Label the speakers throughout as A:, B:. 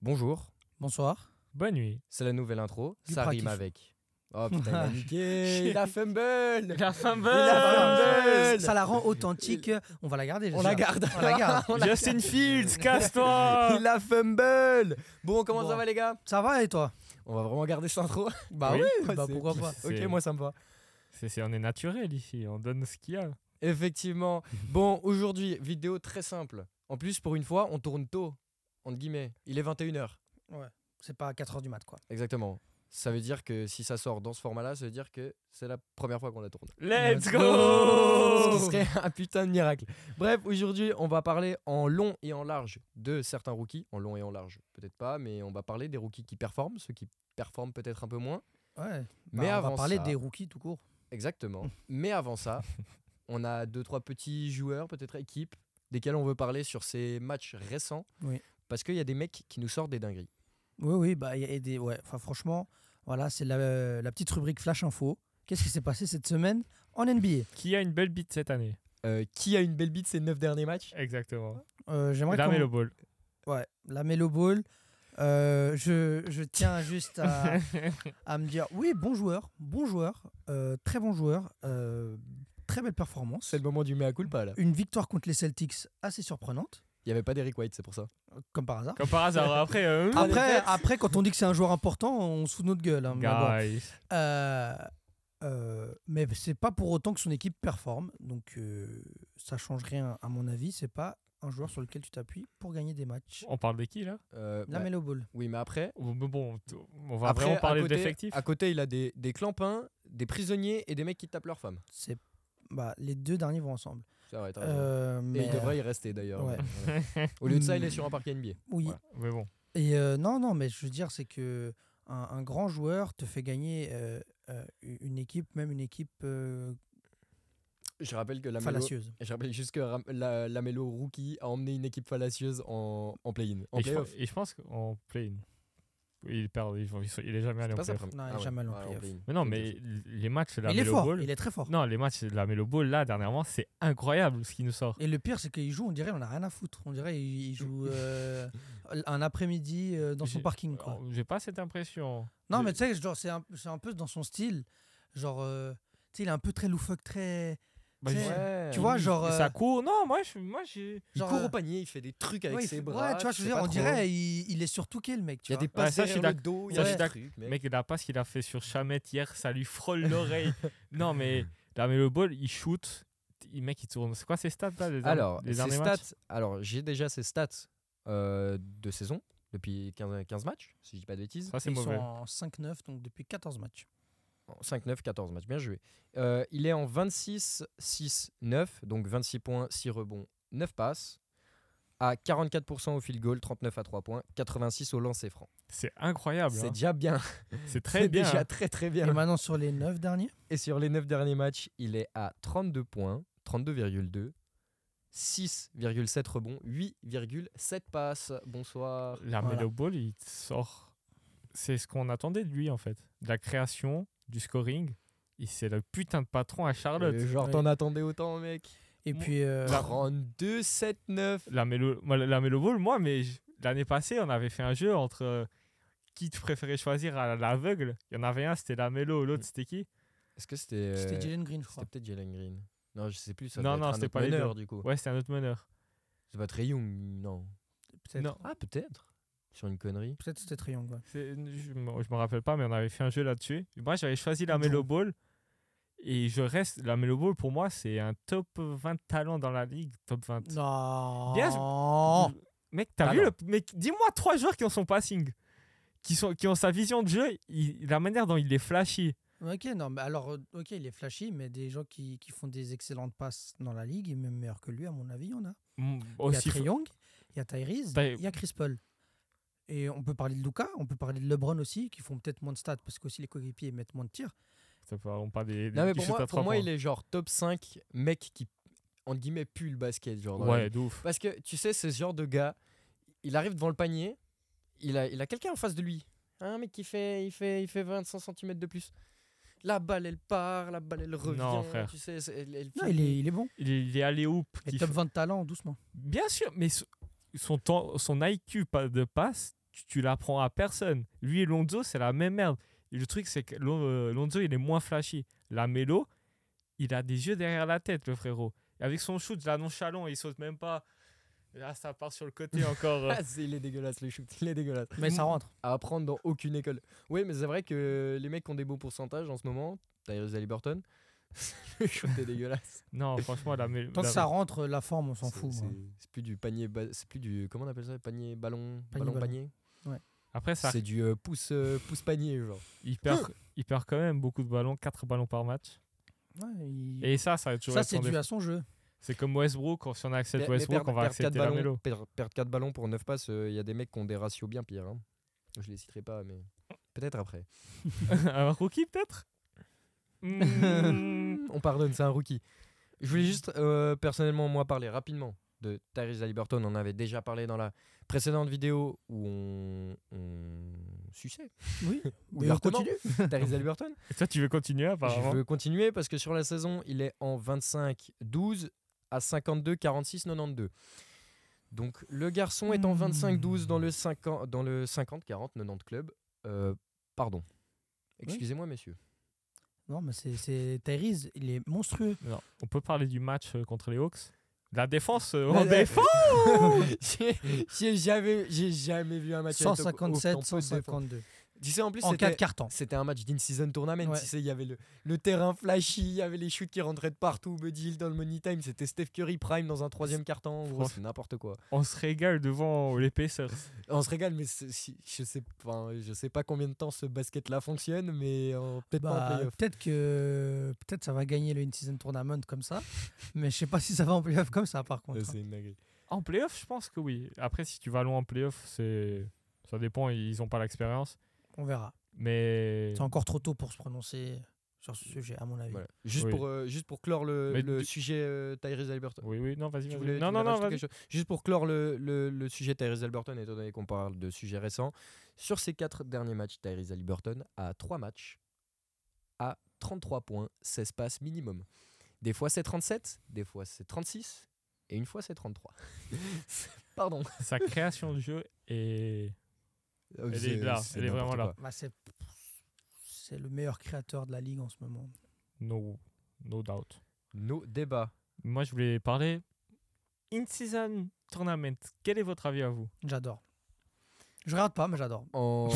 A: Bonjour,
B: Bonsoir.
C: Bonne nuit.
A: c'est la nouvelle intro,
B: Du
A: ça
B: pratif.
A: rime avec. Oh putain, il a niqué, il a fumble
C: La
A: Il a fumble
B: Ça la rend authentique. On va la garder.
A: On la
B: j'espère.
A: garde
B: On la garde.
A: On la-
C: Justin Fields, casse-toi
A: Il a fumble Bon, comment
B: Bon.
A: ça va les gars
B: Ça va et toi
A: On va vraiment garder cette intro
B: Bah
C: Oui.
B: oui, bah
A: C'est-
B: pourquoi pas.
A: Ok,
C: C'est-
A: moi ça me va.
C: C'est- c'est- On est naturel ici, on donne ce qu'il y a.
A: Effectivement. Bon, aujourd'hui, vidéo très simple. En plus, pour une fois, on tourne tôt, entre guillemets. Il est 21h.
B: C'est pas à 4h du mat quoi.
A: Exactement. Ça veut dire que si ça sort dans ce format-là, ça veut dire que c'est la première fois qu'on la tourne.
C: Let's
A: Ce
C: go
A: qui serait un putain de miracle. Bref, aujourd'hui, on va parler en long et en large de certains rookies. En long et en large, peut-être pas, mais on va parler des rookies qui performent, ceux qui performent peut-être un peu moins.
B: Ouais.
A: Mais
B: Bah, on
A: avant
B: va parler
A: ça,
B: des rookies tout court.
A: exactement. mais avant ça, on a deux trois petits joueurs, peut-être équipes, desquels on veut parler sur ces matchs récents.
B: Oui.
A: Parce qu'il y a des mecs qui nous sortent des dingueries.
B: Oui oui, bah il y a des ouais, enfin franchement, voilà, c'est la, la petite rubrique flash info. Qu'est-ce qui s'est passé cette semaine en NBA
C: Qui a une belle bite cette année
A: Euh, qui a une belle bite ces neuf derniers matchs
C: Exactement.
B: Euh, J'aimerais
C: La
B: qu'on-
C: Melo Ball.
B: Ouais, la Melo Ball. Euh, je, je tiens juste à, à me dire, oui, bon joueur, bon joueur, euh, très bon joueur, euh, très belle performance.
A: C'est le moment du mea culpa là.
B: Une victoire contre les Celtics assez surprenante,
A: Il y avait pas d'Eric White, c'est pour ça.
B: euh, comme par hasard.
C: Comme par hasard, après... euh,
A: Ah, les
B: Après,
A: Nets.
B: après, quand on dit que c'est un joueur important, on se fout de notre gueule. hein, mais bon.
C: Guys.
B: Euh, euh, mais c'est pas pour autant que son équipe performe, donc euh, ça change rien à mon avis. C'est pas un joueur sur lequel tu t'appuies pour gagner des matchs.
C: On parle de qui, là
A: Euh,
B: La
A: bah,
B: Melo Ball.
A: oui, mais après,
C: Oh, mais Bon, t- on va
A: Après,
C: vraiment parler
A: à côté,
C: de l'effectif.
A: À côté, il a des, des clampins, des prisonniers et des mecs qui tapent leurs femmes.
B: C'est bah, les deux derniers vont ensemble.
A: C'est vrai, t'as raison.
B: Euh,
A: Et
B: mais-
A: il devrait y rester d'ailleurs.
B: ouais.
A: Voilà. Au lieu de ça, il est sur un parc NBA.
B: Oui.
C: Ouais, Mais bon,
B: Et euh, non, non, mais je veux dire, c'est que un, un grand joueur te fait gagner euh, euh, une équipe, même une équipe euh,
A: Je rappelle que la
B: fallacieuse.
A: Je rappelle juste que Ram- la, Lamelo Rookie a emmené une équipe fallacieuse en, en play-in. En
C: et je,
A: play-off.
C: et je pense qu'en play-in, il perd, ils vont- ils sont- il est jamais allé en
A: C'est pas sa
C: play-off.
A: première-
B: Non, il est
A: Ah ouais,
B: jamais allé en
A: ouais,
B: play-off.
A: play-in.
C: Mais non,
A: Ok.
C: mais les matchs de la
B: Mais il est
C: Melo
B: fort,
C: Ball...
B: il est très fort.
C: Non, les matchs de la Melo Ball, là, dernièrement, c'est incroyable ce qui nous sort.
B: Et le pire, c'est qu'il joue, on dirait, on n'a rien à foutre. On dirait, il, il joue euh, un après-midi euh, dans son
C: J'ai-
B: parking. Quoi.
C: Alors, Oh, J'ai pas cette impression.
B: non,
C: j'ai-
B: mais tu sais, genre, c'est un, c'est un peu dans son style. Genre, euh, tu sais, il est un peu très loufoque, très.
C: Bah,
B: tu
C: j'ai-
B: sais,
A: Ouais.
B: tu vois, genre.
C: Et
B: euh,
C: ça court. Non, moi, je, moi, j'ai.
A: il
B: genre,
A: court
B: euh,
A: au panier, il fait des trucs avec
B: ouais, il
A: ses
B: fait-
A: bras.
B: ouais, tu vois, je
A: sais
B: veux dire,
A: pas
B: on
A: trop.
B: dirait, il, il est surtouqué, le mec.
A: Il
B: Tu
A: y a
B: vois.
A: des passes
C: ça, je suis
A: derrière le
C: d'ac-
A: dos, il y
C: ça,
A: a
C: je
A: des
C: suis d'ac-
A: trucs, mec.
C: Mec, la passe qu'il a fait sur Chamette hier, ça lui frôle l'oreille. non, mais là, mais le ball, il shoot. Il, mec, il tourne. C'est quoi ces stats là les
A: Alors,
C: les
A: ses
C: derniers
A: stats,
C: matchs
A: alors j'ai déjà ses stats euh, de saison depuis 15, 15 matchs, si je dis pas de bêtises.
C: Ça, c'est
B: Ils sont
C: mauvais.
B: en 5-9, donc depuis 14 matchs.
A: 5, 9, 14 matchs, bien joué. Euh, il est en 26, 6, 9, donc 26 points, 6 rebonds, 9 passes, à 44% au field goal, 39 à 3 points, 86 au lancer franc.
C: C'est incroyable.
A: C'est
C: hein.
A: déjà bien,
C: C'est
A: c'est
C: très bien.
A: déjà très très bien.
B: Et maintenant, sur les 9 derniers.
A: Et sur les 9 derniers matchs, il est à 32 points, 32,2. 6,7 rebonds, 8,7 passes. Bonsoir.
C: La
B: Voilà.
C: Melo Ball, il sort. C'est ce qu'on attendait de lui en fait. De la création, du scoring. Il- C'est le putain de patron à Charlotte.
A: Euh, genre,
B: Oui.
A: t'en attendais autant, mec.
B: Et
C: Moi-
B: puis. euh,
A: 32, 7, 9.
C: La Melo, moi, la Melo Ball, moi, mais je- l'année passée, on avait fait un jeu entre euh, qui tu préférais choisir à l'aveugle. Il y en avait un, c'était la Melo, l'autre,
B: Mm.
C: c'était qui
A: Est-ce que c'était.
B: C'était
A: euh,
B: Jalen Green, je crois.
A: C'était peut-être Jalen Green. Non, je sais plus. Ça
C: Non,
A: devait
C: non,
A: être un
C: c'était
A: autre
C: pas les deux.
A: meneur, du coup.
C: Ouais, c'était un autre meneur.
A: C'est pas très Young, non.
B: Peut-être.
C: Non.
A: Ah, peut-être. Sur une connerie.
B: Peut-être c'était Triangle. ouais.
C: C'est- Je me je me rappelle pas, mais on avait fait un jeu là-dessus. Moi, j'avais choisi la Melo Ball. Et je reste. La Melo Ball, pour moi, c'est un top 20 talent dans la ligue. Top 20.
B: Non.
C: Bien
B: Oh.
C: Mec, t'as vu
A: Talent.
C: le. Mec, dis-moi trois joueurs qui ont son passing. Qui, sont, qui ont sa vision de jeu, il- la manière dont il est flashy.
B: Ok, non, mais alors, euh, ok, il est flashy, mais des gens qui, qui font des excellentes passes dans la ligue, et même meilleurs que lui, à mon avis, il y en a. Il
C: Mm,
B: y a
C: Aussi
B: Trae Young, il y a Tyrese,
C: Ty-
B: il y a Chris Paul. Et on peut parler de Luca, on peut parler de LeBron aussi, qui font peut-être moins de stats, parce qu'aussi les coéquipiers mettent moins de tirs.
C: Ça peut- On parle des.
A: Non, mais
C: qui
A: pour
C: shootent à
A: moi,
C: trois
A: pour moi
C: points.
A: il est genre top 5 mec qui, entre guillemets, pue le basket. Genre, dans la
C: Ouais,
A: ligue.
C: de ouf.
A: Parce que tu sais, ce genre de gars, il arrive devant le panier, il a, il a quelqu'un en face de lui. Un mec qui fait, il fait, il fait 25 cm de plus. La balle, elle part, la balle, elle revient.
C: Non, frère.
A: Tu sais, c'est- elle, elle
B: Non,
A: finit.
B: il est, il est bon.
C: Il est, il est allé hoop.
B: Il est top 20 de talent, doucement.
C: Bien sûr, mais so- son, temps, son IQ pa- de passe, tu, tu l'apprends à personne. Lui et Lonzo, c'est la même merde. Et le truc, c'est que Lon- euh, Lonzo, il est moins flashy. La Melo, il a des yeux derrière la tête, le frérot. Et avec son shoot, là, nonchalant, il saute même pas. Là, ça part sur le côté encore. euh.
A: Ah, c'est- il est dégueulasse le shoot, il est dégueulasse.
B: Mais ça rentre.
A: À apprendre dans aucune école. Oui, mais c'est vrai que les mecs qui ont des beaux pourcentages en ce moment, Tyrese Halliburton, le shoot est dégueulasse.
C: Non, franchement, la Melo.
B: Tant que
C: la-
B: ça rentre, la forme, on s'en
A: C'est-
B: fout. hein.
A: C'est
B: moi.
A: c'est plus du panier, ba- c'est plus du comment on appelle ça, panier ballon,
B: Panier,
A: ballon
B: ballon.
A: panier.
C: Après, ça,
A: C'est du euh, pouce euh, pouce panier genre.
C: il perd, il perd quand même beaucoup de ballons, 4 ballons par match.
B: Ouais, il-
C: Et ça, ça va toujours
B: Ça,
C: être
B: c'est
C: son
B: dû
C: défaut.
B: à son jeu.
C: C'est comme Westbrook, quand si on accepte
A: Mais- mais
C: Westbrook, on va
A: quatre
C: accepter la
A: ballons,
C: Melo.
A: perdre, 4 ballons pour 9 passes, il y a des mecs qui ont des ratios bien pires. hein. Je les citerai pas, mais peut-être après.
C: Un rookie, peut-être Mm.
A: On pardonne, c'est un rookie. Je voulais juste, euh, personnellement, moi, parler rapidement de Tyrese Halliburton. On en avait déjà parlé dans la précédente vidéo où on, on suçait
B: Oui,
A: Oui,
B: et on
A: Hartman.
B: continue.
A: Tyrese Halliburton.
C: Et Toi, tu veux continuer, apparemment
A: Je veux continuer parce que sur la saison, il est en 25-12 à 52-46-92. Donc le garçon est en
B: Hmm.
A: 25-12 dans le 50 dans le 50-40-90 club. Euh, pardon. Excusez-moi, messieurs.
B: Non, mais c'est- c'est Tyrese, il est monstrueux.
C: Non, On peut parler du match euh, contre les Hawks La défense, euh,
B: La- la-
C: on défend
A: j'ai j'ai jamais, j'ai jamais vu un match avec autant- autant
B: 157,
A: peu de défense.
B: 152.
A: Tu sais, en plus,
B: En
A: c'était-
B: 4 cartons.
A: C'était un match d'in-season tournament.
B: Ouais.
A: Tu sais, il y avait le, le terrain flashy, il y avait les shoots qui rentraient de partout. Buddy Hill dans le money time, c'était Steph Curry prime dans un troisième carton. Gros,
C: Franch-
A: C'est n'importe quoi.
C: On se régale devant les Pacers.
A: On se régale, mais c'est- si- je sais, enfin, je sais pas combien de temps ce basket-là fonctionne, mais euh, peut-être pas en
B: Bah,
A: playoff.
B: peut-être que peut-être ça va gagner le in-season tournament comme ça, mais je sais pas si ça va en playoff comme ça par contre.
A: Ouais, c'est une dinguerie.
C: En playoff, je pense que oui. Après, si tu vas loin en playoff, c'est... ça dépend, ils ont pas l'expérience.
B: On verra.
C: Mais...
B: C'est encore trop tôt pour se prononcer sur ce sujet à mon avis.
A: Voilà. Juste,
C: Oui.
A: pour, euh, juste pour clore le,
C: Mais
A: le
C: tu-
A: sujet euh, Tyrese Alberton.
C: Oui, oui, non, vas-y,
A: Tu
C: vas-y.
A: voulais- tu
C: non,
A: voulais
C: non, non,
A: rajouter
C: vas-y.
A: quelque chose Juste pour clore le, le, le sujet Tyrese Alberton, étant donné qu'on parle de sujets récents, sur ses quatre derniers matchs, Tyrese Alberton a trois matchs à 33 points, 16 passes minimum. Des fois c'est 37, des fois c'est 36, et une fois c'est 33. Pardon.
C: Sa création de jeu est...
A: Elle
C: est là, elle est vraiment là.
B: Bah, c'est c'est le meilleur créateur de la ligue en ce moment.
C: No, no doubt.
A: Nos débats.
C: Moi, je voulais parler in-season tournament. Quel est votre avis à vous
B: J'adore. Je regarde pas, mais j'adore.
A: En...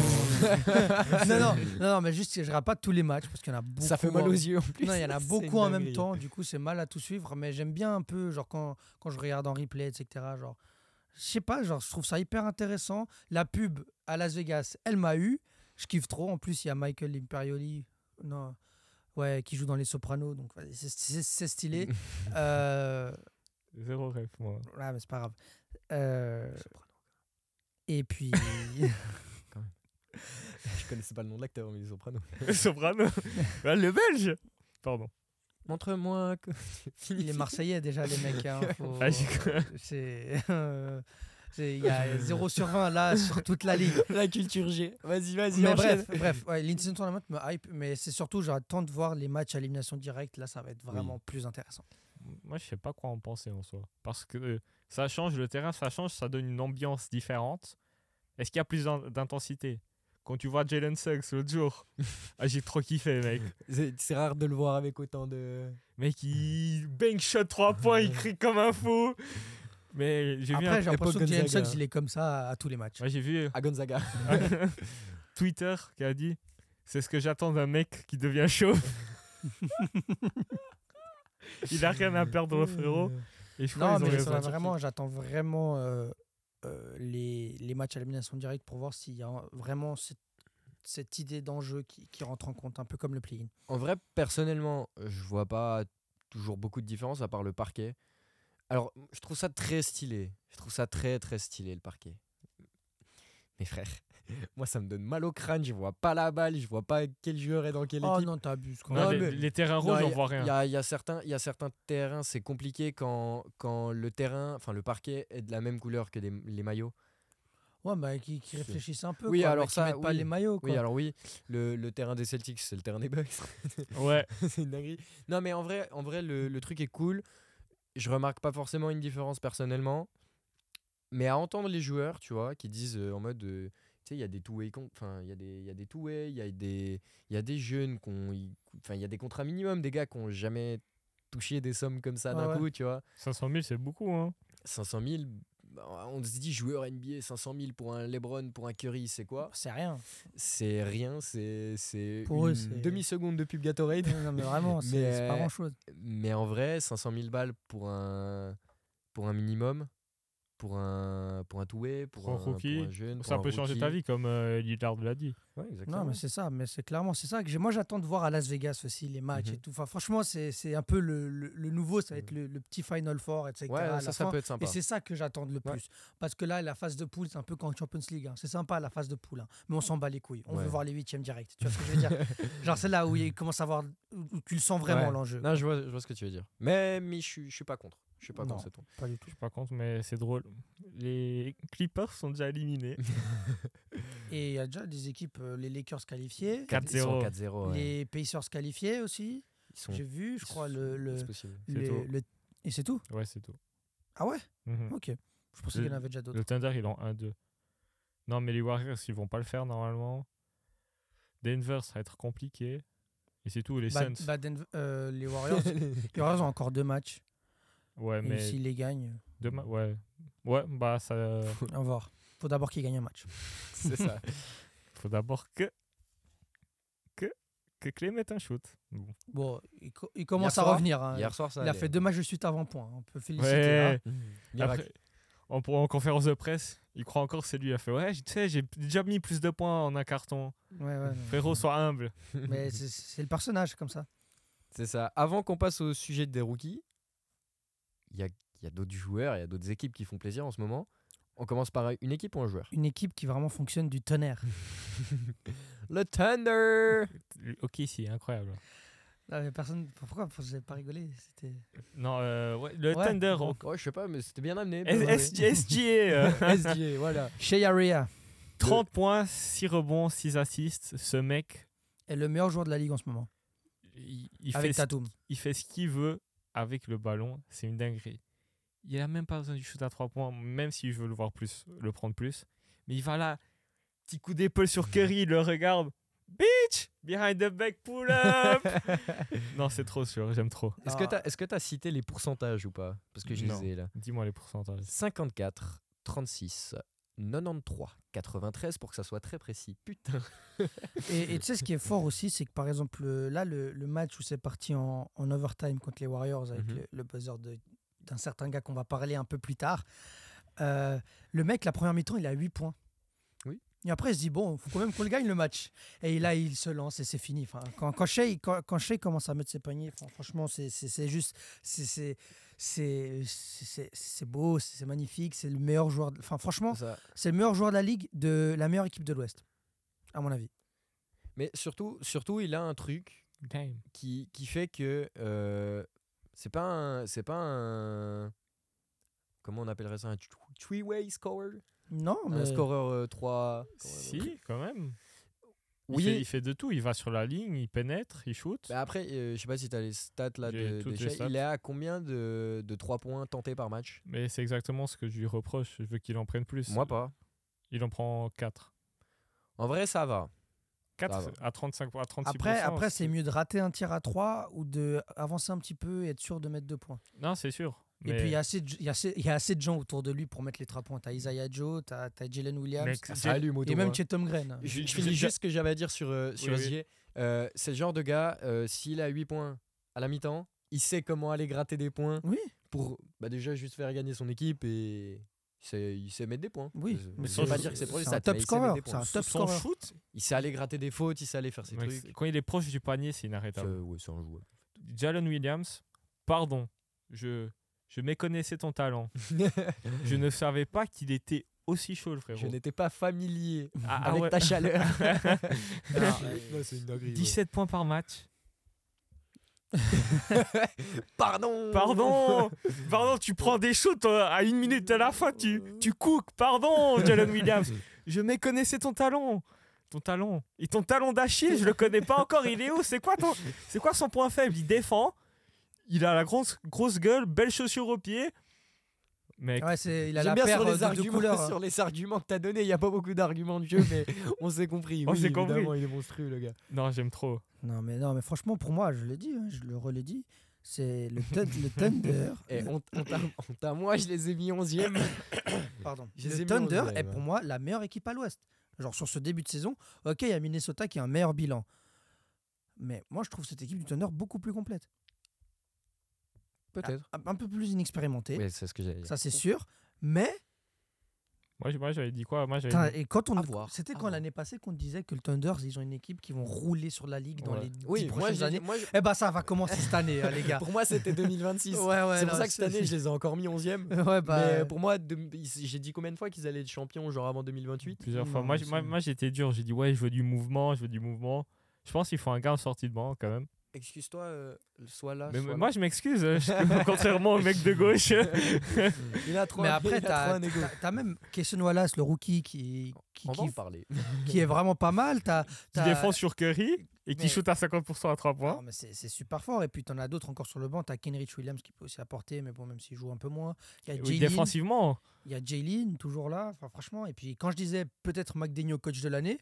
B: non, non, non, non, mais juste, je regarde pas tous les matchs parce qu'il y en a beaucoup.
A: Ça fait mal aux
B: en-
A: yeux en plus.
B: Non, il y en a
A: C'est
B: beaucoup en même
A: dinguerie.
B: temps, du coup c'est mal à tout suivre, mais j'aime bien un peu, genre quand, quand je regarde en replay, etc. Genre, je sais pas, genre je trouve ça hyper intéressant. La pub à Las Vegas, elle m'a eu, je kiffe trop. En plus, il y a Michael Imperioli, non, ouais, qui joue dans Les Sopranos, donc vas-y, c'est- c'est c'est stylé. euh,
C: Zéro rêve, moi.
B: ouais, mais c'est pas grave. Euh, et puis,
A: Je connaissais pas le nom de l'acteur, mais les sopranos.
C: Soprano. Bah, le belge Pardon.
A: Montre-moi que.
B: il est Marseillais déjà, les mecs. hein, faut-
C: Ah, j'ai cru-
B: C'est. euh, c'est- Il y a 0 sur 20 là sur toute la ligue.
A: La culture G. Vas-y, vas-y,
B: mais
A: enchaîne.
B: bref, bref ouais, l'In-Season Tournament me hype, mais c'est surtout j'attends de voir les matchs à élimination directe. Là, ça va être vraiment plus intéressant.
C: moi, je sais pas quoi en penser en soi. Parce que euh, ça change, le terrain, ça change, ça donne une ambiance différente. Est-ce qu'il y a plus d'in- d'intensité Quand tu vois Jalen Suggs l'autre jour, ah, j'ai trop kiffé, mec.
A: C'est c'est rare de le voir avec autant de.
C: Mec, il bang shot 3 points, il crie comme un fou. Mais j'ai vu, un- euh,
B: Après, j'ai l'impression que
A: époque
B: Jalen
A: Gonzaga.
B: Suggs, il est comme ça à, à tous les matchs.
C: Ouais, j'ai vu
A: À Gonzaga.
C: Twitter qui a dit C'est ce que j'attends d'un mec qui devient chaud. Il a rien à perdre, le frérot.
A: Euh,
C: Et je crois
B: Non,
C: qu'ils ont
B: mais
C: raison.
B: ça, vraiment, j'attends vraiment euh, euh, les, les matchs à élimination directe pour voir s'il y a un- vraiment cette, cette idée d'enjeu qui, qui rentre en compte, un peu comme le play-in.
A: En vrai, personnellement, euh, je vois pas toujours beaucoup de différence à part le parquet. Alors, je trouve ça très stylé. Je trouve ça très très stylé le parquet. Mais frère, moi ça me donne mal au crâne. Je vois pas la balle, je vois pas quel joueur est dans quelle
B: Oh
A: équipe.
B: non, t'abuses quand
C: Non,
A: Ouais,
B: même.
C: les,
A: mais-
C: les terrains
A: Non,
C: rouges,
A: y
C: on
A: a-
C: voit rien.
A: Il y a, il y a certains, il y a certains terrains, c'est compliqué quand, quand le terrain, enfin le parquet est de la même couleur que les, les maillots.
B: Ouais, mais qui, qui réfléchissent un peu.
A: Oui,
B: quoi, mais
A: alors
B: qui
A: ça,
B: mettent pas
A: oui.
B: les maillots.
A: Oui,
B: quoi.
A: alors oui, le, le terrain des Celtics, c'est le terrain des Bucks.
C: Ouais.
A: c'est une dinguerie. Non, mais en vrai, en vrai le, le truc est cool. Je remarque pas forcément une différence personnellement. Mais à entendre les joueurs, tu vois, qui disent euh, en mode euh, Tu sais, il y a des two-way, con- enfin, il y a des, il y a des two-way, il y a des, il y a des jeunes qui ont, ils- enfin, il y a des contrats minimum, des gars qui ont jamais touché des sommes comme ça
B: Ouais,
A: d'un
B: ouais.
A: coup, tu vois.
C: 500 000, c'est beaucoup. Hein.
A: 500 000, bah, on se dit joueur NBA, 500 000 pour un LeBron, pour un Curry, c'est quoi
B: C'est rien.
A: C'est rien, c'est c'est
B: Pour eux, c'est-
A: une demi-seconde de pub Gatorade.
B: Non, mais vraiment, c'est
A: Mais,
B: c'est pas
A: euh,
B: grand chose.
A: Mais en vrai, 500 000 balles pour un, pour un minimum, pour un, pour un toué, pour,
C: Pour un
A: un- pour
C: rookie,
A: un jeune. pour
C: Ça
A: un
C: peut changer
A: rookie.
C: ta vie, comme euh, Lillard l'a dit.
A: Ouais,
B: Non,
A: exactement.
B: mais c'est ça, mais c'est clairement c'est ça que j'ai- moi j'attends de voir à Las Vegas aussi les matchs
A: Mhm.
B: et tout. Enfin, franchement, c'est c'est un peu le, le- le nouveau, ça va être le, le petit Final Four, etc.
A: ouais,
B: à la
A: ça, ça
B: fin.
A: peut être sympa.
B: Et c'est ça que j'attends le
A: Ouais.
B: plus. Parce que là, la phase de poule, c'est un peu comme en Champions League. hein. C'est sympa la phase de poule, hein. mais on s'en bat les couilles. On
A: Ouais.
B: veut voir les huitièmes directs. Tu vois ce que je veux dire Genre c'est là où il commence à voir, où où tu le sens vraiment
A: Ouais.
B: l'enjeu.
A: Non, je vois, je vois ce que tu veux dire. Mais, mais je, suis- je suis pas contre. Je suis pas
B: Non.
A: contre cette
B: Pas du
C: Je
B: tout.
C: suis pas contre, mais c'est drôle. Les Clippers sont déjà éliminés.
B: Et il y a déjà des équipes, euh, les Lakers qualifiés,
C: 4-0.
A: 4-0. ouais.
B: les Pacers qualifiés aussi.
A: Ils sont.
B: J'ai vu, je crois le, le-
A: c'est possible.
C: C'est
B: le-
C: tout.
B: le- et c'est tout.
C: Ouais, c'est tout.
B: Ah ouais
C: Mhm.
B: Ok. Je pensais
C: Le-
B: qu'il y en avait déjà d'autres.
C: Le Thunder, ils ont 1-2. Non, mais les Warriors, ils vont pas le faire normalement. Denver, ça va être compliqué. Et c'est tout, les
B: Bah-
C: Suns.
B: bah, Denver- euh, les Warriors, les Warriors ont encore deux matchs.
C: ouais,
B: Et
C: mais
B: s'ils les gagnent,
C: demain, ouais. Ouais, bah ça.
B: on va voir. Faut d'abord qu'ils gagnent un match.
A: C'est ça.
C: Faut d'abord que. Que. Que Clay mette un shoot. Bon.
B: Bon, il, co- il commence à
A: soir,
B: revenir. hein.
A: Hier soir, ça.
B: il a
A: allait.
B: fait deux matchs de suite avant point. On peut féliciter.
C: Ouais.
B: hein.
A: Miracle.
C: Après, en, en conférence de presse, il croit encore que c'est lui. Il a fait Ouais, tu sais, j'ai déjà mis plus de points en un carton.
B: Ouais, ouais, non.
C: Frérot, sois humble.
B: Mais c'est- c'est le personnage comme ça.
A: C'est ça. Avant qu'on passe au sujet des rookies, il y a, il y a d'autres joueurs, il y a d'autres équipes qui font plaisir en ce moment. On commence par une équipe ou un joueur
B: Une équipe qui vraiment fonctionne du tonnerre.
A: Le Thunder
C: Ok, si, incroyable.
B: Ah, mais personne. Pourquoi Vous n'avez pas rigolé C'était.
C: Non, euh, ouais, le
B: Ouais. Eh ben,
C: Thunder. on-
A: Oh, Ouais, je sais pas, mais c'était bien amené. bien amené.
C: S- S- SGA. euh,
A: SGA, voilà.
B: Shea Area
C: 30 points, 6 rebonds, 6 assists. Ce mec,
B: est le meilleur joueur de la ligue en ce moment.
C: il, il fait,
B: avec
C: ce,
B: Tatum.
C: il fait ce qu'il veut avec le ballon. C'est une dinguerie. Il a même pas besoin du shoot à 3 points, même s'il veut le voir plus, le prendre plus. Mais il va là, petit coup d'épaule sur Curry, il le regarde. Bitch! Behind the back pull up! non, c'est trop sûr, j'aime trop.
A: Est-ce que t'as est-ce que t'as cité les pourcentages ou pas Parce que je
C: Non.
A: les ai là.
C: Dis-moi les pourcentages.
A: 54, 36, 93, 93 pour que ça soit très précis. Putain.
B: Et et tu sais, ce qui est fort aussi, c'est que par exemple, euh, là, le, le match où c'est parti en, en overtime contre les Warriors avec
A: Mhm.
B: le, le buzzer de- d'un certain gars qu'on va parler un peu plus tard, euh, le mec, la première mi-temps, il a 8 points.
A: Oui.
B: Et après, il se dit, bon, faut quand même qu'on le gagne le match. Et là, il se lance et c'est fini. Enfin, quand, quand, Shea, quand, quand Shea commence à mettre ses paniers, enfin, franchement, c'est- c'est c'est juste. c'est- C'est c'est- c'est- c'est beau, c'est c'est magnifique, c'est le meilleur joueur. de- Enfin, franchement,
A: Ça-
B: c'est le meilleur joueur de la ligue, de la meilleure équipe de l'Ouest, à mon avis.
A: Mais surtout, surtout, il a un truc
C: Damn.
A: qui, qui fait que euh, c'est pas un c'est pas un comment on appellerait ça un three way scorer
B: Non, mais.
A: un
C: Euh,
A: scoreur euh, 3
C: Ah, Si, quand même. Il, fait, il
A: oui
C: fait de tout. Il va sur la ligne, il pénètre, il shoot.
A: mais après euh, je sais pas si t'as les stats là
C: J'ai
A: de,
C: toutes
A: de
C: les
A: Shea.
C: stats.
A: il est à combien de, de 3 points tentés par match
C: Mais c'est exactement ce que je lui reproche. Je veux qu'il en prenne plus.
A: moi pas
C: Il en prend 4.
A: en vrai ça va
C: 4
A: va.
C: à 35 à 36
B: Après, après c'est mieux de rater un tir à 3 ou de avancer un petit peu et être sûr de mettre deux points.
C: Non, c'est sûr.
B: Et
C: Mais-
B: puis, il y, a assez de- il y a assez- il y a assez de gens autour de lui pour mettre les trois points. T'as Isaiah Joe, t'as as Jalen Williams,
C: mais
B: t'as-
C: Jay-
A: allume
B: et
C: hein.
B: même Chetum Green.
A: je,
C: J'ai-
A: je finis
C: j'ai-
A: juste ce que j'avais à dire sur euh, sur
C: Oui, oui.
A: SGA. Euh, c'est le genre de gars euh, s'il a 8 points à la mi-temps il sait comment aller gratter des points
B: Oui,
A: pour bah déjà juste faire gagner son équipe et il sait, il sait mettre des points.
B: Oui,
A: Je-
C: mais
A: je
C: sans-
A: veux pas dire que c'est pour les
B: c'est un
A: stats,
B: top
A: mais il sait
B: scorer,
A: mettre des
B: c'est
A: points.
B: un top
C: son
B: scorer.
C: shoot,
A: Il sait aller gratter des fautes, il sait aller faire ses
C: mec,
A: trucs.
C: quand il est proche du panier, c'est
A: C'est-
C: inarrêtable.
A: ouais, c'est un joueur.
C: Jalen Williams, pardon, je, je méconnaissais ton talent. je ne savais pas qu'il était aussi chaud,
A: Je
C: le frérot.
A: n'étais pas familier
C: Ah, ah
A: avec
C: ouais.
A: ta chaleur.
B: Non,
A: Non, c'est une dinguerie,
C: 17 points par match.
A: ouais. Pardon
C: Pardon Pardon, tu prends des shoots euh, à une minute à la fin, tu, tu cooks, pardon, Jalen Williams. Je méconnaissais ton talent. Ton talent. Et ton talent d'Achille, je le connais pas encore. Il est où C'est quoi, ton... c'est quoi son point faible Il défend. Il a la grosse, grosse gueule, belles chaussures aux pieds. Mec,
B: Ouais, c'est, il a
A: J'aime
B: la
A: bien
B: paire
A: sur
B: euh,
A: les,
B: de
A: arguments,
B: couleurs.
A: sur les arguments que t'as donnés. Il n'y a pas beaucoup d'arguments de jeu, mais on s'est compris.
C: On
A: oui,
C: s'est compris.
A: évidemment, il est monstrueux, le gars.
C: non, j'aime trop.
B: Non mais, non, mais franchement, pour moi, je l'ai dit, hein, je le relais dit, c'est le, thun- le Thunder.
A: Eh,
B: le-
A: on, on t'a- on t'a- moi, je les ai mis 11e.
B: pardon.
A: je les ai
B: Le
A: mis en
B: Thunder
A: direct,
B: est
A: ouais.
B: pour moi la meilleure équipe à l'Ouest. Genre sur ce début de saison, ok, il y a Minnesota qui a un meilleur bilan. Mais moi, je trouve cette équipe du Thunder beaucoup plus complète.
A: Peut-être.
B: Un, un peu plus inexpérimentée,
A: Oui, c'est ce que j'allais dire.
B: ça c'est sûr. Mais
C: Moi, j- moi, j'avais dit quoi Moi, j'avais
B: Putain,
C: dit-
B: et quand on
A: À voir,
B: c'était
A: à
B: quand
A: voir.
B: l'année passée qu'on disait que le Thunder ils ont une équipe qui vont rouler sur la ligue dans
C: Ouais.
B: les 10
A: Oui, moi,
B: prochaines
A: j'ai-
B: années.
A: moi, je-
B: Eh ben ça va commencer cette année hein, les gars.
A: pour moi, c'était 2026.
B: ouais,
A: c'est pour
B: non,
A: ça que cette année, je les ai encore mis 11e.
B: Ouais bah
A: mais euh, pour moi, de- ils- j'ai dit combien de fois qu'ils allaient être champions, genre avant 2028
C: plusieurs
B: non,
C: fois. Moi,
B: mais
C: j- moi,
B: c'est-
C: moi, j'étais dur. J'ai dit, ouais, je veux du mouvement, je veux du mouvement. Je pense qu'il faut un gars en sortie de banc quand même.
A: Excuse-toi, euh, sois là.
B: Ah,
C: Mais
A: sois
C: mais
A: là.
C: moi, je m'excuse, hein, je- contrairement au mec de gauche.
A: il a trop
B: mais
A: un-
B: après
A: il a trop
B: t'as
A: un ego.
B: t'as- t'as même Kesson Wallace le rookie qui qui,
A: On va en
B: qui,
A: parler.
B: qui est vraiment pas mal t'as
C: qui
B: t'as-
C: défend sur Curry et
B: Mais-
C: qui
B: Ah,
C: shoot à 50% à 3 points.
B: Non, mais c'est c'est super fort et puis t'en as d'autres encore sur le banc t'as Kenrich Williams qui peut aussi apporter mais bon même s'il joue un peu moins il y a
C: Oui,
B: Jalen
C: défensivement.
B: Il y a Jalen, toujours là. Enfin, franchement, et puis quand je disais peut-être McDaniel coach de l'année,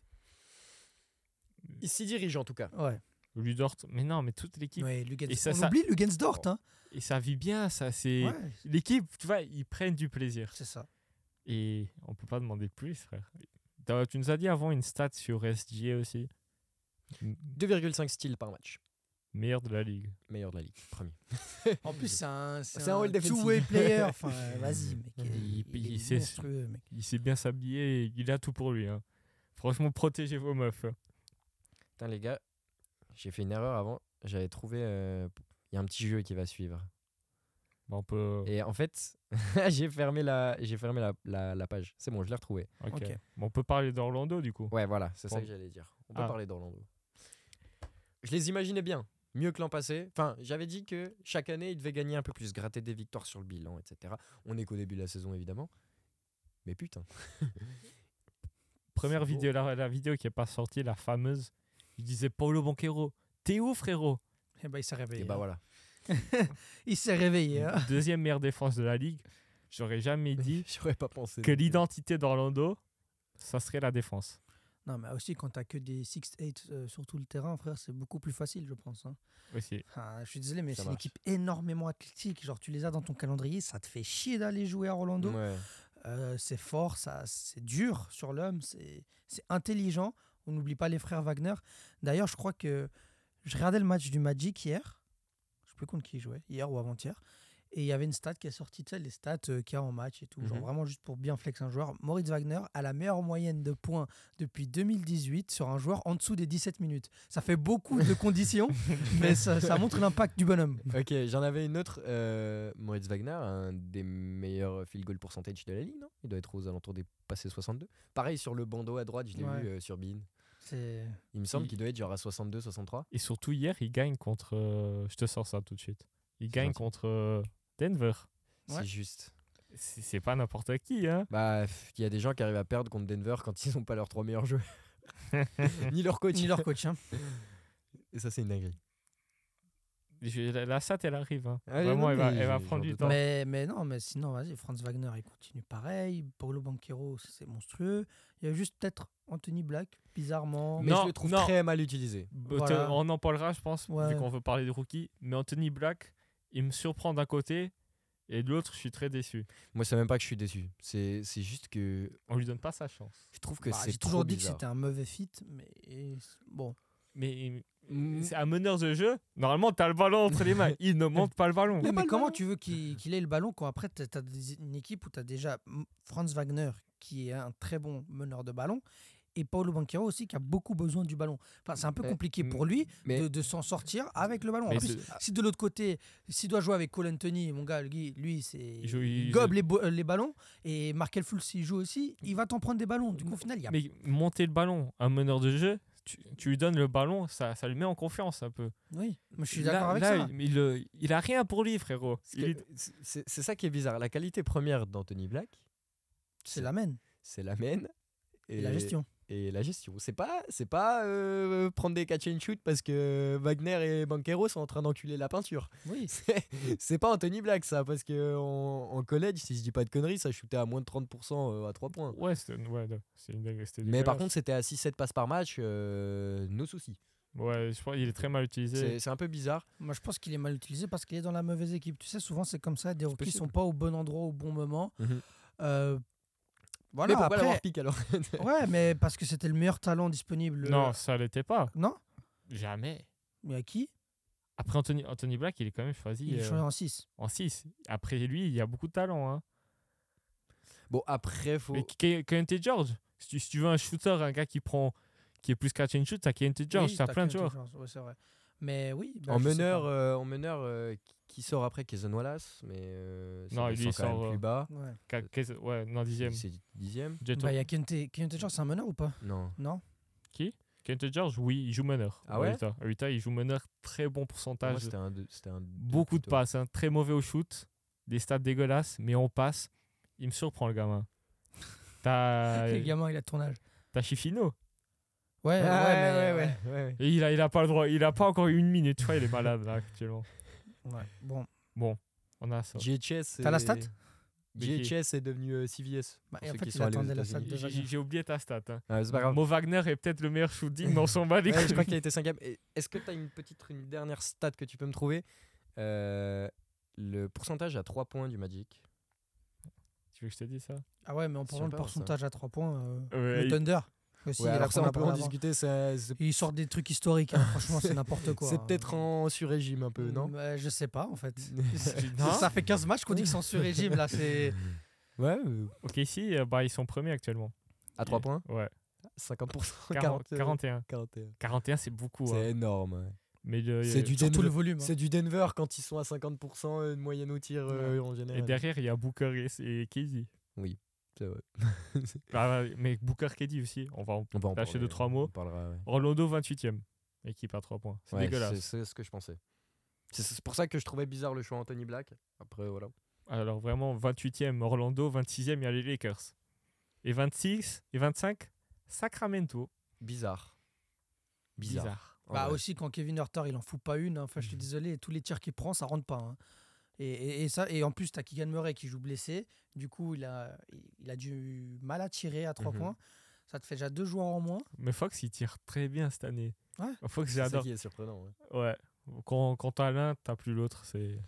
A: Il s'y dirige en tout cas.
B: ouais.
C: Ludort, mais non, mais toute l'équipe.
B: ouais Lugens-
C: Et ça-
B: on
C: ça-
B: oublie Lugensdort. Hein.
C: Et ça vit bien, ça. C'est
B: Ouais,
C: l'équipe, tu vois, ils prennent du plaisir.
B: c'est ça.
C: Et on peut pas demander plus, frère. T'as- Tu nous as dit avant une stat sur SGA aussi,
A: Mm. 2,5 steals par match.
C: meilleur de la ligue.
A: Meilleur de la ligue, premier.
B: En plus, c'est un, c'est
A: C'est un
B: un
A: all defensive.
B: two-way player. Enfin, euh, vas-y, mec.
C: Il-
B: Il, il
C: il
B: est
C: sait-
B: monstrueux, mec.
C: Il s'est bien s'habiller et il a tout pour lui. hein. Franchement, protégez vos meufs. hein.
A: Putain, les gars, j'ai fait une erreur avant. J'avais trouvé. euh, Il y a un petit jeu qui va suivre.
C: Bah, on peut.
A: Et en fait, j'ai fermé, la, j'ai fermé la, la- la page. C'est bon, je l'ai retrouvé.
C: ok.
B: ok.
C: Bah, on peut parler d'Orlando du coup.
A: Ouais, voilà, c'est ça
C: Bon.
A: que j'allais dire. On peut
C: Ah.
A: parler d'Orlando. Je les imaginais bien, mieux que l'an passé. Enfin, j'avais dit que chaque année, ils devaient gagner un peu plus, gratter des victoires sur le bilan, etc. On est qu'au début de la saison, évidemment. Mais putain. C'est
C: Première
A: beau.
C: vidéo, la, la vidéo qui est pas sortie, la fameuse. Il disait Paolo Banquero, t'es où frérot
B: Eh ben, il s'est réveillé.
A: Et
C: hein.
A: bah voilà.
B: Il s'est
C: Mm.
B: réveillé. hein.
C: Deuxième meilleure défense de la ligue. J'aurais jamais dit
A: J'aurais pas pensé.
C: que
A: donc, euh,
C: l'identité d'Orlando, ça serait la défense.
B: Non, mais aussi, quand t'as que des 6-8 euh, sur tout le terrain, frère, c'est beaucoup plus facile, je pense. hein.
C: Aussi.
B: Ah, je suis désolé, mais
A: Ça
B: c'est une
A: marche.
B: équipe énormément athlétique. Genre, tu les as dans ton calendrier, ça te fait chier d'aller jouer à Orlando.
A: ouais.
B: Euh, c'est fort, ça, c'est dur sur l'homme, c'est c'est intelligent. On n'oublie pas les frères Wagner. D'ailleurs, je crois que je regardais le match du Magic hier. Je sais plus contre qui il jouait, hier ou avant-hier. Et il y avait une stat qui est sortie, tu sais, les stats euh, qu'il y a en match et tout. Genre
A: Mhm.
B: vraiment juste pour bien flex un joueur. Moritz Wagner a la meilleure moyenne de points depuis 2018 sur un joueur en dessous des 17 minutes. Ça fait beaucoup de conditions, mais ça, ça montre l'impact du bonhomme.
A: Ok, j'en avais une autre. euh, Moritz Wagner, un des meilleurs field goal percentage de la ligue, non Il doit être aux alentours des passés 62. Pareil sur le bandeau à droite, je l'ai
B: Ouais.
A: vu euh, sur Bean.
B: C'est
A: Il me semble
C: Il-
A: qu'il doit être genre à 62, 63.
C: Et surtout, hier, il gagne contre. euh, je te sors ça tout de suite. Il gagne
A: gentil.
C: contre euh, Denver.
B: Ouais.
A: C'est juste.
C: C'est c'est pas n'importe qui, hein.
A: Bah, pff, il y a des gens qui arrivent à perdre contre Denver quand ils n'ont pas leurs trois meilleurs jeux. Ni leur coach.
B: ni leur coach. hein.
A: Et ça, c'est une dinguerie.
C: Je- la, la SAT, elle arrive. hein.
A: Ah,
C: Vraiment,
A: non,
C: elle va,
A: mais
C: elle va
A: je-
C: prendre
A: j'en
C: du
A: doute
C: temps.
B: Mais, mais non, mais sinon, vas-y, Franz Wagner, il continue pareil. Paulo Banquero, c'est monstrueux. Il y a juste peut-être Anthony Black, bizarrement.
A: Mais
C: Non,
A: je le trouve
C: non.
A: très mal utilisé.
C: Bah,
B: Voilà.
C: te- On en parlera, je pense,
B: Ouais.
C: vu qu'on veut parler de rookie. Mais Anthony Black, il me surprend d'un côté et de l'autre, je suis très déçu.
A: Moi, c'est même pas que je suis déçu. C'est c'est juste que
C: On lui donne pas sa chance.
A: je trouve que
B: Bah,
A: c'est
B: J'ai toujours
A: trop
B: dit
A: bizarre.
B: que c'était un mauvais fit, mais et c'est- bon.
C: Mais
A: Mm.
C: c'est un meneur de jeu. Normalement, t'as le ballon entre les mains. Il ne monte pas le ballon.
B: Mais,
A: pas le
B: comment
A: ballon.
B: tu veux qu'il qu'il ait le ballon quand après, tu as, une équipe où tu as déjà M- Franz Wagner, qui est un très bon meneur de ballon, et Paulo Banquero aussi, qui a beaucoup besoin du ballon. Enfin, c'est un peu
A: Mais-
B: compliqué pour lui
A: Mm, mais-
B: de, de s'en sortir avec le ballon. En
C: Mais
B: plus,
C: c'est-
B: si de l'autre côté, s'il doit jouer avec Cole Anthony, mon gars, lui, lui, c'est il,
C: joue- il-
B: gobe les, bo- euh, les ballons et Markel Fultz s'il joue aussi, il va t'en prendre des ballons. Du coup, au final, il y a
C: Mais monter le ballon, un meneur de jeu, tu, tu lui donnes le ballon, ça, ça lui met en confiance un peu.
B: oui, moi, je suis
C: Là-
B: d'accord avec
C: là,
B: ça.
C: Il, mais il, euh, il a rien pour lui, frérot.
A: Ce
C: Il
A: que-
C: est-
A: C'est c'est ça qui est bizarre. La qualité première d'Anthony Black,
B: C'est la main
A: c'est la mène
B: et la gestion.
A: et la gestion. C'est pas, c'est pas euh, prendre des catch and shoot parce que Wagner et Banquero sont en train d'enculer la peinture.
B: Oui.
A: C'est- c'est pas Anthony Black ça, parce que en, en collège, si je dis pas de conneries, ça shootait à moins de 30% euh, à 3 points.
C: Ouais, c'était ouais, non, c'est une dinguerie, c'était
A: Mais par
C: dégueulasse.
A: contre, c'était à 6-7 passes par match, euh, nos soucis.
C: Ouais, je crois qu'il est très mal utilisé.
A: C'est c'est un peu bizarre.
B: Moi, je pense qu'il est mal utilisé parce qu'il est dans la mauvaise équipe. Tu sais, souvent, c'est comme ça. Des rookies
A: possible.
B: sont pas au bon endroit au bon moment.
A: Mhm.
B: Euh,
A: Mais
B: voilà,
A: pourquoi
B: Oh après-
A: l'avoir pique alors
B: Ouais, mais parce que c'était le meilleur talent disponible. euh,
C: Non, ça l'était pas.
B: Non
C: Jamais.
B: Mais à qui
C: Après, Anthony, Anthony Black, il est quand même
B: Il
C: choisi
B: est
C: euh,
B: changé en 6.
C: en 6. Après lui, il y a beaucoup de talent. Hein.
A: Bon, après, faut.
C: Mais Ke- Kente George, si tu, si tu veux un shooter, un gars qui prend qui est plus catch and shoot, t'as Kente George, t'as plein de joueurs.
B: Ouais, c'est vrai. Mais oui. bah,
A: en,
B: je sais
A: meneur,
B: pas.
A: euh, en meneur, euh, qui- qui sort après Kaizen Wallace, mais euh, ça
C: Non, lui,
A: descend
C: il
A: quand même
C: sort, euh,
A: plus bas.
B: Ouais.
C: Ka- Ke- Ouais, non,
B: euh,
C: dixième.
A: C'est dixième
C: Jeton.
B: Bah, il y a Kente. Kente George, c'est un meneur ou pas
A: Non.
B: Non
C: Kente George, oui, il joue meneur.
A: Ah ouais
C: à Utah. À Utah, il joue meneur, très bon
A: Pour moi,
C: pourcentage.
A: c'était un, deux- c'était un deux
C: beaucoup de
A: plutôt.
C: passes, hein, très mauvais au shoot, des stats dégueulasses, mais on passe. Il me surprend le gamin.
A: Ah
C: T'as
B: Le gamin, il a tournage.
C: t'as Chifino.
B: Ouais,
A: Ouais,
B: Ah, ouais, mais-
A: ouais, ouais, ouais.
C: Et il a, il a pas le droit, il a pas encore eu une minute, tu vois, il est malade là actuellement.
B: ouais. Bon,
C: On a ça.
A: GHS.
B: T'as la
A: est-
B: stat
A: GHS est devenu euh, CVS.
B: Bah,
A: pour
B: et en
A: ceux
B: fait,
A: qui
B: il
A: sont allés aux
B: attendait la
A: États-Unis.
B: stat de-
C: J'ai j'ai oublié ta stat. hein.
A: Ah, c'est pas grave.
C: Mo Wagner est peut-être le meilleur shooting dans son bas des
A: Ouais, je crois
C: couilles.
A: qu'il a été cinquième. Et Est-ce que t'as une petite, une dernière stat que tu peux me trouver Euh, Le pourcentage à 3 points du Magic.
C: Tu veux que je te dise ça
B: Ah ouais, mais en parlant de
A: pas, ça.
B: pourcentage à 3 points, euh,
C: Ouais,
B: le
C: il-
B: Thunder aussi.
A: Ouais,
B: il a
A: alors ça,
B: qu'on
A: on
B: a
A: peut
B: parlé
A: en
B: avant.
A: discuter. ça- C'est
B: Et Ils sortent des trucs historiques, hein. franchement, c'est n'importe quoi.
A: c'est
B: hein.
A: peut-être en sur-régime un peu, non
B: Euh, Je sais pas, en fait.
C: Non
B: ça fait 15 matchs qu'on dit qu'ils sont sur régime, là. C'est...
A: Ouais, euh,
C: Ok, si, euh, bah, ils sont premiers actuellement.
A: à 3 points
C: Ouais.
A: 50%.
C: 40,
A: 40, euh,
C: 41.
A: 41.
C: 41, c'est beaucoup. hein.
A: C'est énorme. ouais.
C: Mais le- euh,
A: C'est du
B: Surtout le
A: Denver.
B: volume. hein.
A: C'est du Denver quand ils sont à 50% de moyenne au tir euh, en
C: Et
A: général.
C: derrière, il y a Booker et, et KD.
A: C'est vrai.
C: Bah, mais Booker KD aussi, on va en
A: On va en
C: Lâcher
A: parler,
C: deux, trois
A: on
C: mots.
A: parlera, ouais.
C: Orlando 28e, équipe à 3 points. C'est
A: Ouais,
C: dégueulasse.
A: C'est ce que je pensais. C'est- C'est pour ça que je trouvais bizarre le choix Anthony Black. Après, voilà.
C: Alors vraiment 28e Orlando, 26e il y a les Lakers. Et 26 et 25 Sacramento.
A: Bizarre. Bizarre.
C: Bizarre.
A: en
B: Bah
A: vrai.
B: aussi quand Kevin Herter il en fout pas une, hein. enfin je
C: Mhm.
B: suis désolé, tous les tirs qu'il prend ça rentre pas. hein. Et, et- et ça et en plus t'as Keegan Murray qui joue blessé, du coup il a il a du mal à tirer à trois
A: Mhm.
B: points, ça te fait déjà deux joueurs en moins.
C: Mais Fox il tire très bien cette année.
B: Ouais.
C: Fox
A: C'est ça
C: j'adore.
A: qui est surprenant. ouais.
C: Ouais. Quand, quand t'as l'un, t'as plus l'autre, c'est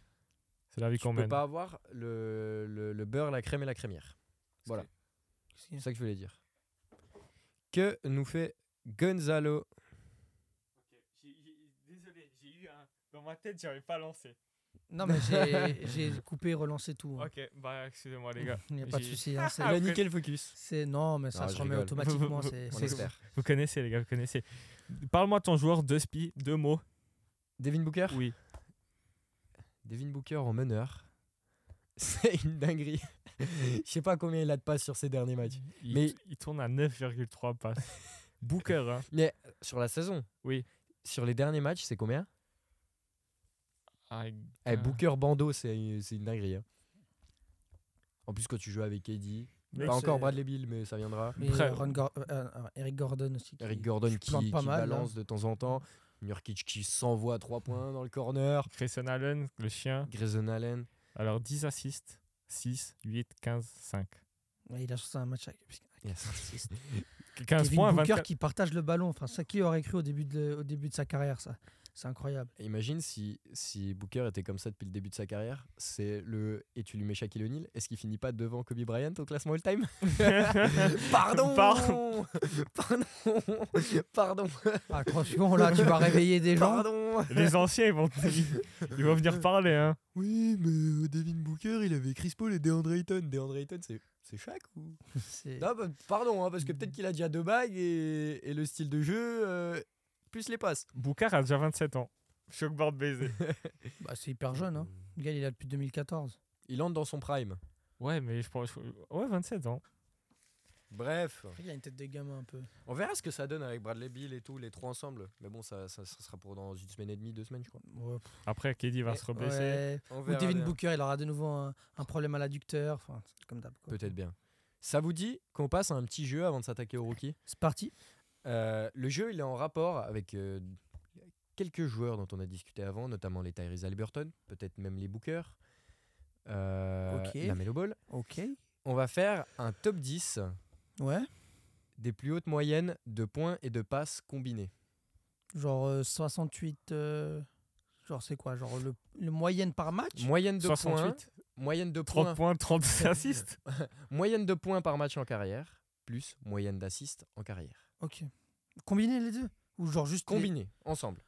C: c'est la vie
A: Tu
C: qu'on
A: peux
C: mène.
A: pas avoir le, le, le beurre, la crème et la crémière. Voilà. C'est ça que je voulais dire. Que nous fait Gonzalo
C: Désolé, j'ai eu un dans ma tête, j'avais pas lancé.
B: Non mais j'ai- j'ai coupé relancé tout. hein.
C: OK, bah excusez-moi les gars.
B: Il n'y a pas de
C: J'ai- Ah,
B: souci. hein, c'est-
A: Il a
C: ok. Ah,
A: niqué le focus.
B: C'est non mais ça
A: Non,
B: se
A: je
B: remet
A: rigole.
B: automatiquement. c'est-
A: On
B: c'est-
A: espère.
C: Vous connaissez les gars, vous connaissez. Parle-moi de ton joueur deux spi, deux mots.
A: Devin Booker
C: Oui.
A: Devin Booker en meneur. C'est une dinguerie. Je sais pas combien il a de passes sur ses derniers matchs.
C: Il,
A: Mais-
C: il tourne à 9,3 passes. Booker hein.
A: Mais Euh, sur la saison
C: Oui.
A: Sur les derniers matchs, c'est combien
C: Ah,
A: Eh,
C: euh,
A: Booker Bandeau, c'est c'est une dinguerie. hein. En plus, quand tu joues avec KD,
C: Mec,
A: pas
B: c'est-
A: encore Bradley Bill, mais ça viendra.
B: Et
C: Après-
B: Ron Gor- euh, euh, Eric Gordon aussi. qui-
A: Eric Gordon qui,
B: plante pas
A: qui
B: mal, là.
A: balance de temps en temps. Nurkic qui s'envoie à 3 points dans le corner.
C: Grayson Allen, le chien.
A: Grayson Allen.
C: Alors 10 assists, 6, 8, 15, 5.
B: Ouais, il a sorti un match avec.
A: Yes.
C: 15
B: Kevin
C: points,
B: Booker
C: 24.
B: qui partage le ballon. Enfin, ça, qui aurait cru au début de, au début de sa carrière, ça C'est incroyable.
A: Imagine si, si Booker était comme ça depuis le début de sa carrière. C'est le et tu lui mets Shaquille O'Neal. Est-ce qu'il finit pas devant Kobe Bryant au classement all-time Pardon,
C: Pardon.
A: Pardon, pardon,
B: Ah, franchement, là, tu vas réveiller des gens.
A: pardon.
C: Les anciens, ils vont, ils vont venir parler. Hein.
A: Oui, mais euh, Devin Booker, il avait Chris Paul et DeAndre Ayton. DeAndre Ayton, c'est c'est Shaq ou
B: C'est-
A: Non, bah, pardon, hein, parce que peut-être qu'il a déjà deux bagues et, et le style de jeu euh, plus les passes.
C: Booker a déjà 27 ans. Shockboard baiser.
B: bah, c'est hyper jeune. Hein. Le gars, il est là depuis 2014.
A: Il entre dans son prime.
C: Ouais, mais je pense. Ouais, 27 ans.
A: Bref,
B: Après, il a une tête de gamin un peu.
A: on verra ce que ça donne avec Bradley Bill et tout, les trois ensemble. Mais bon, ça, ça, ça sera pour dans une semaine et demie, deux semaines, je crois.
B: Ouais, pff,
C: Après, KD va
A: Mais-
C: se rebaisser.
B: ouais.
A: On
B: Ou
A: verra
B: Devin
A: bien.
B: Booker, il aura de nouveau un, un problème à l'adducteur. Enfin, c'est comme d'hab. quoi.
A: Peut-être bien. Ça vous dit qu'on passe à un petit jeu avant de s'attaquer au rookie
B: C'est parti.
A: Euh, le jeu, il est en rapport avec euh, quelques joueurs dont on a discuté avant, notamment les Tyrese Alberton, peut-être même les Booker, euh,
B: Ok.
A: la Melo Ball.
B: Ok.
A: On va faire un top 10
B: Ouais.
A: des plus hautes moyennes de points et de passes combinées.
B: Genre euh, 68. euh, genre, c'est quoi Genre le, le moyenne par match
A: Moyenne de points,
C: 68,
A: moyenne de
C: 30
A: points,
C: points, 30 assists.
A: moyenne de points par match en carrière, plus moyenne d'assists en carrière.
B: Ok. Combiner les deux Ou genre juste. les-
A: Combinées, ensemble.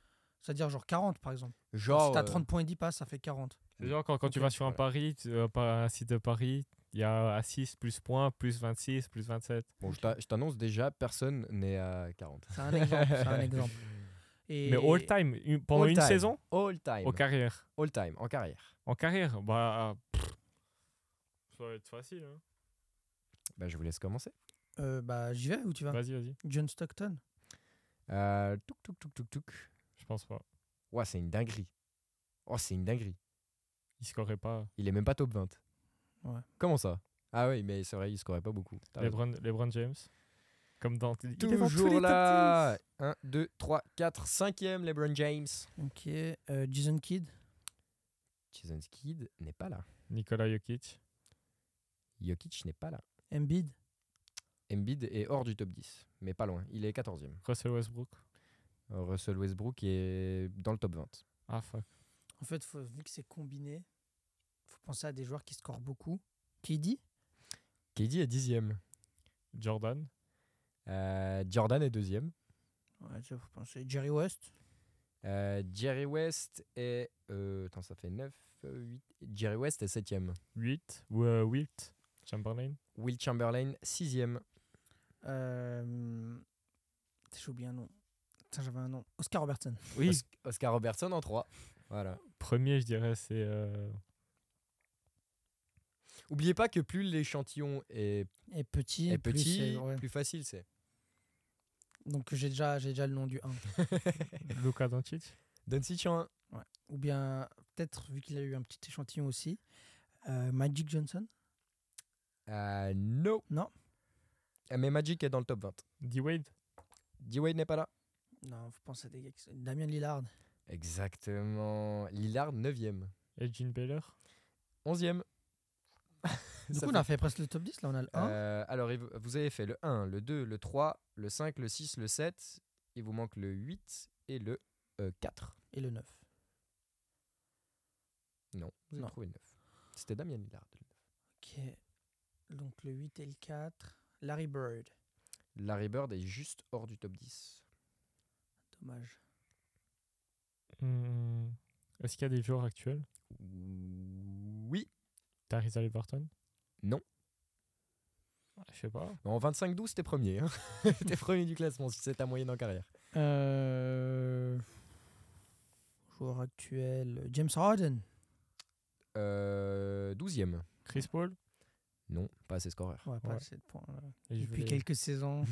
B: C'est-à-dire genre 40 par exemple.
A: Genre,
B: si t'as
A: euh,
B: 30 points et 10 passes, ça fait 40.
C: Genre, quand, quand tu vas sur un
A: voilà.
C: pari, tu- euh, par- un site de Paris, il y a assist plus points, plus 26, plus 27.
A: bon, je t'a- je t'annonce déjà, personne n'est à 40.
B: C'est un exemple. c'est un exemple. Et
C: Mais all time, une- pendant
A: All
C: une
A: time.
C: saison
A: All time.
C: Au carrière.
A: All time, en carrière.
C: En carrière Bah. pff, Ça va être facile. hein.
A: Bah, je vous laisse commencer.
B: euh, bah, j'y vais ou
A: Hein.
B: tu vas
C: Vas-y, vas-y.
B: John Stockton.
A: Euh, touc, touc, touc, touc, touc.
C: Je pense pas.
A: Ouah, c'est une dinguerie. Oh, c'est une dinguerie.
C: Il scorerait pas.
A: Il est même pas top 20.
B: Ouais.
A: Comment ça Ah oui, mais c'est vrai, il scorait pas beaucoup. T'as raison.
C: LeBron, LeBron James. Comme dans. il est dans tous les
A: Toujours
C: top
A: là 1, 2, 3, 4, 5ème, LeBron James.
B: Ok. euh, Jason Kidd.
A: Jason Kidd n'est pas là.
C: 10. Nikola Jokic.
A: Jokic n'est pas là.
B: Embiid.
A: Embiid est hors du top 10, mais pas loin. Il est 14ème.
C: Russell Westbrook.
A: Russell Westbrook est dans le top 20.
C: Ah, fuck.
B: En fait, faut- vu que c'est combiné, faut penser à des joueurs qui scorent beaucoup. KD
A: KD est 10ème.
C: Jordan.
A: Euh, Jordan est 2ème.
B: Ouais, ça faut penser. Jerry West
A: Euh, Jerry West est. euh, attends, ça fait 9, 8. Jerry West est 7ème.
C: 8. Ou euh, Wilt. Chamberlain.
A: Will Chamberlain, 6ème.
B: euh... putain, J'ai oublié un nom. Putain, J'avais un nom. Oscar Robertson.
C: Oui.
A: Os- Oscar Robertson en 3. Voilà.
C: Premier, je dirais, c'est. euh,
A: Oubliez pas que plus l'échantillon est,
B: Et petit.
A: est
B: plus
A: petit,
B: c'est-
A: plus,
B: ouais.
A: facile c'est.
B: Donc j'ai déjà, j'ai déjà le nom du 1.
C: Luka Doncic.
A: Doncic en 1.
B: Ou bien, peut-être, vu qu'il a eu un petit échantillon aussi, euh, Magic Johnson
A: Euh, no.
B: Non.
A: Ah, Mais Magic est dans le top 20.
C: D-Wade.
A: D-Wade n'est pas là.
B: Non, faut penser à des gars qui sont- Damien Lillard.
A: Exactement. Lillard, 9ème.
C: Edgin Baylor.
A: 11ème.
B: Du coup, on a fait presque le top 10. Là, on a le 1.
A: Euh, alors, il vous- vous avez fait le 1, le 2, le 3, le 5, le 6, le 7. Il vous manque le 8 et le euh, 4.
B: et le 9.
A: Non, vous avez
B: Non.
A: trouvé le 9. C'était Damien Lillard.
B: Ok. Donc le 8 et le 4. Larry Bird.
A: Larry Bird est juste hors du top 10.
B: Dommage.
C: Hmm. Est-ce qu'il y a des joueurs actuels
A: Oui.
C: Tyrese Halliburton
A: Non.
C: Ah, Je sais pas.
A: En 25-12, t'es premier. Hein. t'es premier du classement si c'est ta moyenne en carrière.
B: Euh... Joueur actuel. James Harden.
A: Euh, 12e.
C: Chris Paul
A: Non, pas assez scoreur.
B: Ouais, pas
C: Ouais.
B: assez de points. là.
C: Et je
B: Depuis
C: voulais-
B: quelques saisons.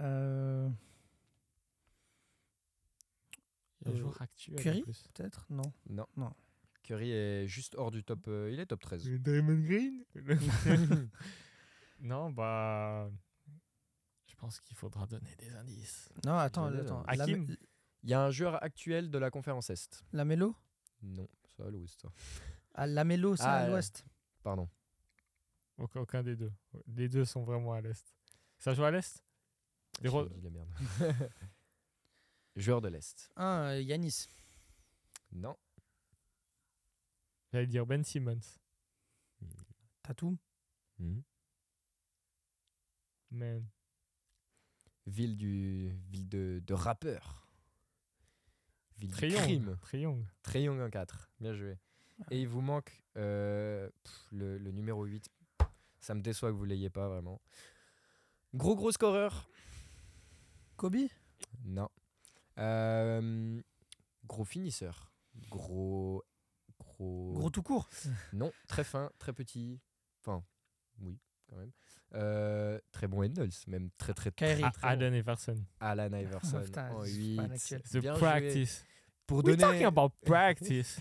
B: Euh,
C: Il y a des
B: euh,
C: joueurs actuels. en
B: Curry
C: plus.
B: Peut-être Non.
A: Non.
B: Non.
A: Curry est juste hors du top. euh, il est top 13.
C: Diamond Green Non, bah. Je pense qu'il faudra donner des indices.
B: Non, attends.
A: J'en ai,
B: attends.
A: là.
B: La,
C: Hakim
A: Il y a un joueur actuel de la conférence Est.
B: la Melo
A: Non, ça à l'ouest. ça.
B: ah, La Melo, c'est
A: Ah,
B: à
A: euh,
B: l'ouest.
A: Pardon.
C: Aucun, aucun des deux. Les deux sont vraiment à l'Est. Ça joue à l'Est Des
A: J'ai
C: Ro-
A: dit la merde. joueur de l'Est.
B: Ah, euh, Yanis.
A: Non.
C: J'allais dire Ben Simmons.
B: Tatum.
A: Hmm.
C: Man.
A: Ville du ville de, de rappeur. Ville
C: Très
A: du crime.
C: young. Très young.
A: Très young en 4. Bien joué. Et il vous manque euh, pff, le, le numéro 8. Ça me déçoit que vous l'ayez pas vraiment. Gros gros scoreur.
B: Kobe
A: Non. Euh, gros finisseur. Gros gros
B: Gros tout court.
A: Non, très fin, très petit. Enfin, oui, quand même. Euh, très bon Handles, même très très très,
B: Kyrie.
A: très
C: Ah,
A: bon.
C: Allen Iverson.
A: Alan Iverson
B: Oh,
A: Oh,
B: Putain,
A: en
B: je suis pas
A: 8.
B: l'actuel.
C: The
A: Bien joué.
C: practice.
A: Pour
C: We're talking
A: donner
B: hein,
C: about practice.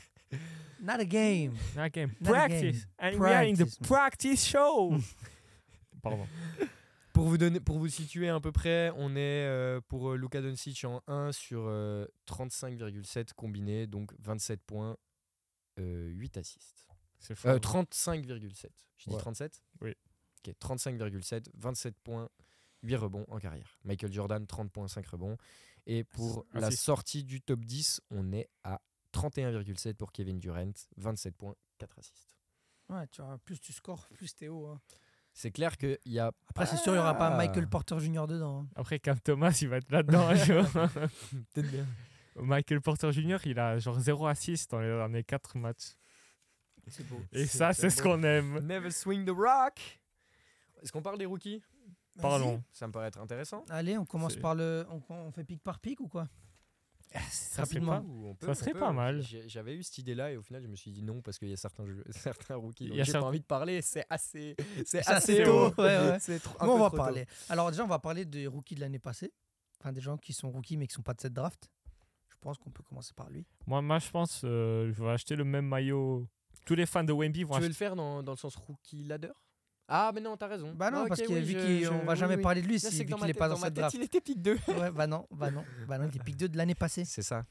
B: Not a game.
C: Not game.
B: Not a
C: Practice.
B: game.
C: And we are in the
B: Practice.
C: practice show. Pardon.
A: Pour vous, donner, pour vous situer à peu près, on est euh, pour euh, Luka Doncic en 1 sur euh, 35,7 combiné, donc 27 points, euh, 8 assists.
C: C'est fou. hein.
A: Euh, 35,7. Je dis
C: Ouais.
A: 37
C: Oui.
A: Ok, 35,7, 27 points, 8 rebonds en carrière. Michael Jordan, 30 points, 5 rebonds. Et pour
C: Ah,
A: la
C: si.
A: sortie du top 10, on est à 31,7 pour Kevin Durant, 27 points, 4 assists.
B: Ouais, tu vois, plus tu scores, plus t'es haut. hein.
A: C'est clair qu'il y a.
B: Après, c'est sûr, il n'y aura pas
A: Ah.
B: Michael Porter Jr. dedans. hein.
C: Après, Cam Thomas, il va être là-dedans un jour.
A: Peut-être bien.
C: Michael Porter Jr., il a genre 0 assist dans les derniers 4 matchs.
B: C'est beau.
C: Et
A: C'est
C: ça, c'est ce
A: tellement-
C: qu'on aime.
A: Never swing the rock Est-ce qu'on parle des rookies
B: Vas-y.
C: Parlons.
A: Ça me paraît être intéressant.
B: Allez, on commence
C: C'est- Ah,
B: par le. On, on fait pic par pic ou quoi
C: Ça, c'est
B: Rapidement.
C: pas-
A: Ou on peut-
C: ça
A: on
C: serait
A: peut-
C: pas mal.
A: j'ai- J'avais eu cette idée-là et au final, je me suis dit non parce qu'il y a certains, jeux, certains rookies
C: Il
A: dont
C: y a
A: j'ai
C: certains-
A: pas envie de parler. C'est assez, c'est
B: C'est assez
A: assez
B: tôt,
A: haut.
B: ouais, ouais.
A: C'est trop- un
B: Bon, on
A: peu
B: va
A: trop tôt.
B: parler. Alors, déjà, on va parler des rookies de l'année passée. Enfin, des gens qui sont rookies mais qui sont pas de cette draft. Je pense qu'on peut commencer par lui.
C: Moi, moi, je pense, euh, je vais acheter le même maillot. Tous les fans de Wemby vont
A: Tu veux
C: acheter.
A: le faire dans, dans le sens rookie ladder Ah, mais non, t'as raison.
B: Bah non,
A: Ah, ok,
B: parce que
A: oui,
B: vu
A: je-
B: qu'on
A: je-
B: va
A: oui,
B: jamais
A: oui.
B: parler de lui,
A: Là,
B: si,
A: c'est
B: vu
A: que dans
B: qu'il
A: ma
B: est pas
A: tête-
B: dans
A: ma
B: cette
A: tête,
B: draft.
A: Il était pick 2.
B: Ouais, bah non, bah non, bah non, il est pick 2 de l'année passée.
A: C'est ça.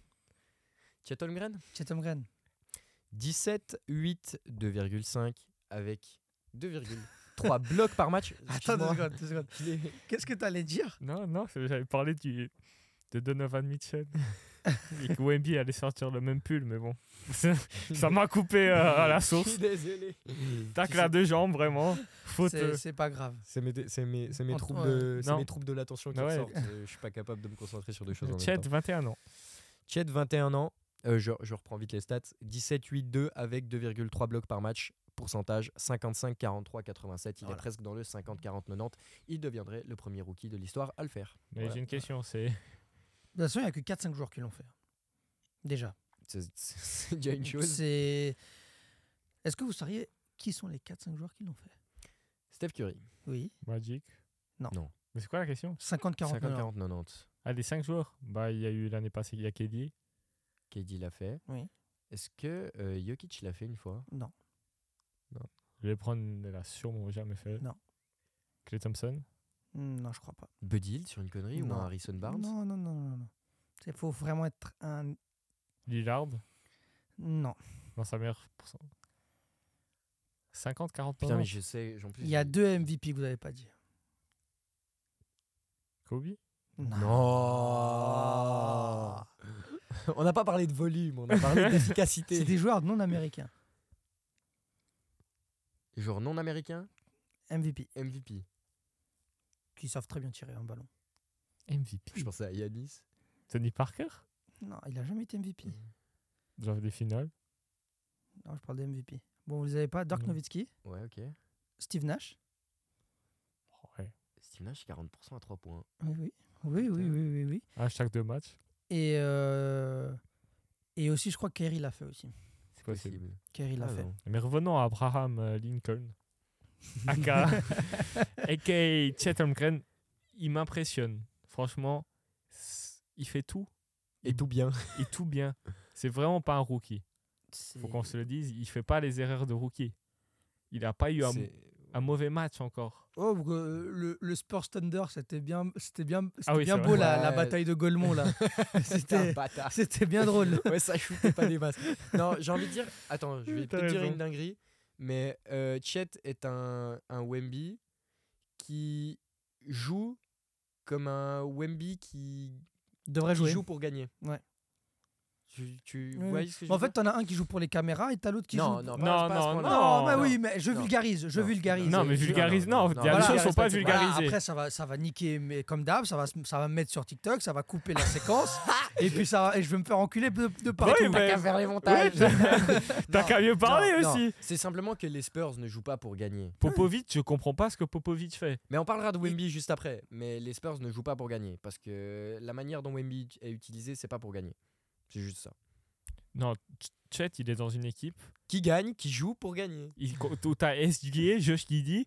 A: Chet Holmgren
B: Chatham Green.
A: 17, 8, 2,5 avec 2,3 blocs par match. Excuse-moi.
B: secondes, deux secondes.
A: Il est-
B: Qu'est-ce que t'allais dire
C: Non, non, c'est- j'avais parlé du, de Donovan Mitchell. Et que Wemby allait sortir le même pull, mais bon. ça m'a coupé euh,
B: Ah,
C: à la
A: Je
C: source.
A: suis désolé.
C: Tacle à deux jambes, vraiment. Faute. euh,
B: C'est c'est pas grave.
A: C'est mes, c'est mes, c'est mes
B: On-
A: troubles,
B: ouais.
A: de, c'est
C: Non.
A: mes troubles de l'attention qui
C: Ouais.
A: ressortent. Euh, Je suis pas capable de me concentrer sur deux choses en même
C: Chet,
A: temps.
C: 21 ans.
A: Chet, 21 ans. Euh, je, je reprends vite les stats. 17-8-2 avec 2,3 blocs par match. Pourcentage 55-43-87. Il
B: Voilà.
A: est presque dans le 50-40-90. Il deviendrait le premier rookie de l'histoire à le faire.
C: Mais
A: Voilà.
C: j'ai une question, c'est.
B: De toute façon, il n'y a que 4-5 joueurs qui l'ont fait. Déjà.
A: C'est c'est déjà une chose.
B: C'est. Est-ce que vous sauriez qui sont les 4-5 joueurs qui l'ont fait
A: Steph Curry.
B: Oui.
C: Magic
B: Non.
A: Non.
C: Mais c'est quoi la question
B: 50-40. non, non.
A: 50-40-90.
C: Ah, les 5 joueurs Bah, il y a eu l'année passée, il y a KD.
A: KD l'a fait.
B: Oui.
A: Est-ce que euh, Jokic l'a fait une fois
B: Non.
C: Je vais prendre elle a sûrement jamais fait.
B: Non.
C: Clay Thompson
B: Hmm, Non, je crois pas.
A: Buddy Hield sur une connerie ou
B: Non.
A: un Harrison Barnes
B: Non, non, non, non. non. Il faut vraiment être un.
C: Lillard
B: Non.
C: Dans sa meilleure pourcent. 50, 40
A: Putain,
C: ans.
A: mais je sais. en plus,
B: Il y a
A: j'ai-
B: deux MVP que vous n'avez pas dit.
C: Kobe
A: Non On n'a pas parlé de volume, on a parlé
B: C'est
A: d'efficacité.
B: des joueurs non américains.
A: Joueur non américain,
B: MVP.
A: MVP.
B: Qui savent très bien tirer un ballon.
A: Je
C: MVP.
A: pensais à Yanis.
C: Tony Parker
B: Non, il a jamais été MVP.
C: Genre des finales.
B: Non, je parle de MVP. Bon, vous les avez pas. Dirk
C: Non.
B: Nowitzki,
A: Ouais, ok.
B: Steve Nash.
C: Ouais.
A: Steve Nash, 40% à 3 points.
B: Oui, oui. Oui, oui,
A: Putain.
B: oui, oui, oui.
C: À chaque deux matchs.
B: Et, euh, et aussi, je crois que Kerry l'a fait aussi.
A: C'est
C: possible.
A: possible.
B: Kerry l'a
A: Ah
B: fait.
A: non.
C: Mais revenons à Abraham euh, Lincoln. Aka. Aka Chet Holmgren. Il m'impressionne. Franchement, c- il fait tout.
A: Et tout bien.
C: Et tout bien. C'est vraiment pas un rookie.
B: C'est-
C: Faut qu'on se le dise. Il fait pas les erreurs de rookie. Il a pas eu un,
A: C'est-
C: un mauvais match encore.
B: Oh, euh, le, le Spurs Thunder, c'était bien, c'était bien, c'était
C: Ah oui,
B: bien
C: c'est
B: beau
A: vrai.
B: la, la
A: Ouais.
B: bataille de Golemont là.
A: C'était un
B: c'était,
A: bâtard.
B: c'était bien drôle.
A: Ouais, ça shootait pas des masses. Non, j'ai envie de dire. Attends, je vais
C: T'as
A: peut-être dire
C: raison.
A: une dinguerie, mais euh, Chet est un, un Wemby qui joue comme un Wemby qui,
B: Il devrait
A: qui
B: jouer.
A: joue pour gagner.
B: Ouais.
A: Tu, tu
B: Oui,
A: vois
B: oui.
A: ce que je
B: Mais en
A: veux
B: fait, t'en as un qui joue pour les caméras et t'as l'autre qui
A: dire non,
B: joue.
A: non,
B: pour-
A: pas, pas à ce
C: Non,
A: point-là.
B: non,
C: non,
B: mais
C: non.
B: oui, mais je
A: Non.
B: vulgarise, je
A: Non.
B: vulgarise.
C: Non, mais
A: je-
C: vulgarise,
A: non, non,
C: non. Il y a
A: voilà.
C: des choses qui sont pas
A: Voilà,
B: Voilà,
C: vulgarisées.
B: après, ça va, ça va niquer, mais comme d'hab, ça va, se- ça va me mettre sur TikTok, ça va couper la séquence, et puis ça, va- et je vais me faire enculer de, de partout.
C: Ouais, mais-
A: Qu'à faire les montages.
C: T'as
A: Non,
C: qu'à mieux parler
A: non, non.
C: aussi.
A: C'est simplement que les Spurs ne jouent pas pour gagner.
C: Popovic, je comprends pas ce que Popovic fait.
A: Mais on parlera de Wemby juste après. Mais les Spurs ne jouent pas pour gagner parce que la manière dont Wemby est utilisé, c'est pas pour gagner. C'est juste ça.
C: Non, Ch- Chet, il est dans une équipe.
A: Qui gagne, qui joue pour gagner.
C: Il, co- t'as- t'as SGA, Josh Giddy,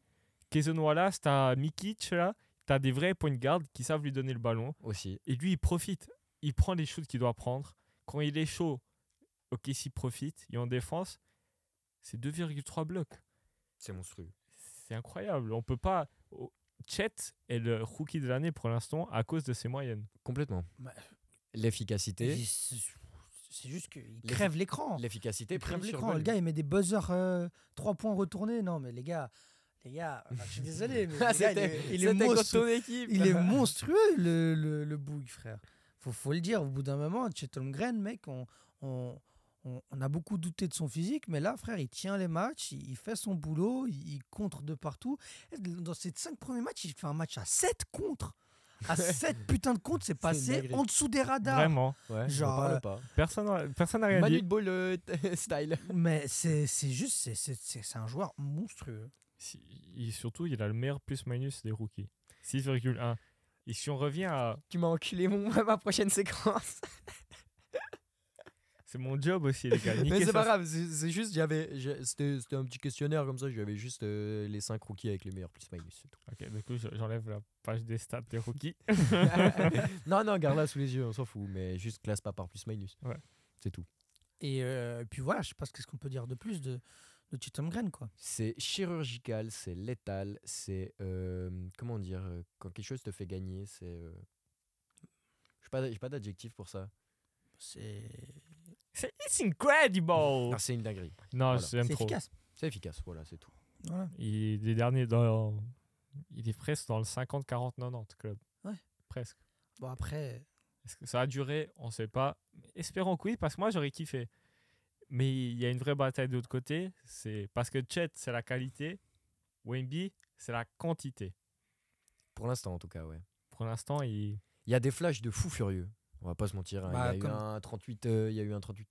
C: Kezon Wallace, t'as Mikic là. T'as des vrais point guard qui savent lui donner le ballon.
A: Aussi.
C: Et lui, il profite. Il prend les shoots qu'il doit prendre. Quand il est chaud, ok, s'il profite. Et en défense, c'est 2,3 blocs.
A: C'est monstrueux.
C: C'est incroyable. On peut pas. oh, Chet est le rookie de l'année pour l'instant à cause de ses moyennes.
A: Complètement.
B: Bah,
A: L'efficacité.
B: Il- C'est c'est juste qu'il crève l'écran.
A: L'efficacité
B: Il
A: prime
B: crève
A: sur
B: l'écran. Le
A: goal.
B: gars, il met des buzzers 3 points retournés. Non, mais les gars, les gars, enfin, je suis désolé, mais
A: Ah,
B: le gars,
A: c'était-
B: il, est, il est
A: c'était contre
B: monstrueux.
A: ton équipe.
B: Il est monstrueux, le, le, le Boug, frère. Faut, faut le dire, au bout d'un moment, Chet Holmgren, mec, on, on, on, on a beaucoup douté de son physique, mais là, frère, il tient les matchs, il, il fait son boulot, il, il contre de partout. Et Dans ses cinq premiers matchs, il fait un match à 7 contre. À 7 putains de contre, c'est passé
A: dinguerie.
B: en dessous des radars.
C: Vraiment.
A: Ouais, je
B: Genre,
A: parle
B: euh,
A: pas.
C: Personne n'a personne n'a rien
A: Manu
C: dit.
A: de Ball euh, style.
B: Mais c'est c'est juste, c'est- c'est c'est- c'est un joueur monstrueux.
C: Si- il- surtout, il a le meilleur plus-minus des rookies. 6,1. Et si on revient à...
A: Tu m'as enculé mon, ma prochaine séquence.
C: C'est mon job aussi, les gars.
A: Mais
C: Niquez
A: c'est
C: ça.
A: pas grave, c'est c'est juste, j'avais, j'ai- c'était c'était un petit questionnaire comme ça, j'avais juste euh, les 5 rookies avec les meilleurs plus-minus, c'est tout.
C: Ok, du coup, je- j'enlève la page des stats des rookies.
A: non, non, garde-la sous les yeux, on s'en fout, mais juste classe pas par plus-minus.
C: Ouais.
A: C'est tout.
B: Et euh, puis voilà, je sais pas ce qu'est-ce qu'on peut dire de plus de, de Chet Holmgren, quoi.
A: C'est chirurgical, c'est létal, c'est. euh, comment dire euh, Quand quelque chose te fait gagner, c'est. euh, j'ai pas, j'ai pas d'adjectif pour ça.
B: C'est
C: C'est it's incredible
A: Non, Ah, c'est une dinguerie.
C: Non,
A: Voilà.
C: j'aime
B: c'est
C: trop.
B: efficace.
A: C'est efficace, voilà, c'est tout.
B: Voilà.
C: Il est des derniers dans... Il est presque dans le 50, 40, 90 club.
B: Ouais.
C: Presque.
B: Bon, après,
C: Est-ce que ça a duré On ne sait pas. Espérons que oui, parce que moi, j'aurais kiffé. Mais il y a une vraie bataille de l'autre côté. C'est parce que Chet, c'est la qualité. Wemby, c'est la quantité.
A: Pour l'instant, en tout cas, ouais.
C: Pour l'instant, il...
A: Il y a des flashs de fou furieux, on va pas se mentir. hein. Il
B: Bah,
A: y a
B: comme-
A: eu un 38, euh, il y a eu un 38,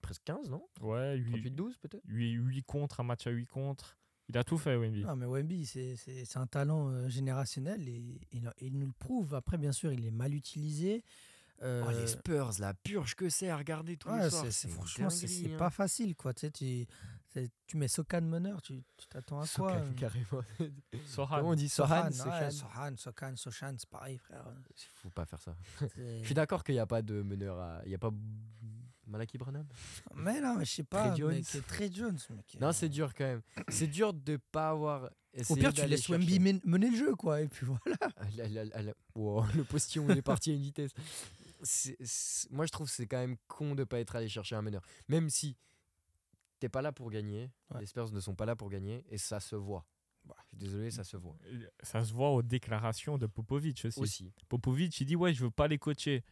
A: presque 15, non
C: ouais, 8,
A: 38-12 peut-être
C: 8 contre, un match à 8 contre. Il a tout fait, Wemby.
B: non, mais Wemby, c'est- c'est c'est un talent euh, générationnel et et il, il nous le prouve. Après, bien sûr, il est mal utilisé. Euh,
A: Oh, les Spurs, la purge que c'est à regarder tous
B: ouais,
A: les
B: c'est-
A: soirs.
B: c'est-
A: une
B: franchement, c'est
A: dinguerie,
B: c'est
A: hein.
B: pas facile, quoi. Tu, sais, tu, c'est- tu mets Sokan meneur, tu tu t'attends à quoi
A: Sohan,
B: euh,
A: carrément.
C: Sohan.
A: Comment on dit Sohan,
B: Sohan,
A: Sohan
B: ouais, Sohan, Sokan, Sohan, c'est pareil, frère.
A: Faut pas faire ça. Je
B: C'est-
A: suis d'accord qu'il n'y a pas de meneur à. Il n'y a pas. Malaki Branham
B: Mais non, mais je sais
A: Trey
B: pas. mec,
A: Jones.
B: C'est très Jones, mec.
A: Non, c'est dur quand même. C'est dur de pas avoir.
B: Au
A: essayé
B: pire, tu
A: d'aller
B: laisses
A: chercher.
B: Wemby men- mener le jeu, quoi. Et puis voilà.
A: Ah, là, là, là, là. Wow, le postillon, il est parti à une vitesse. C'est- c'est- Moi, je trouve que c'est quand même con de pas être allé chercher un meneur. Même si t'es pas là pour gagner,
B: Ouais. Bah.
A: les Spurs ne sont pas là pour gagner, et ça se voit. je suis désolé, ça se voit.
C: Ça se voit aux déclarations de Popovic aussi.
A: Aussi.
C: Popovic, il dit Ouais, je veux pas les coacher.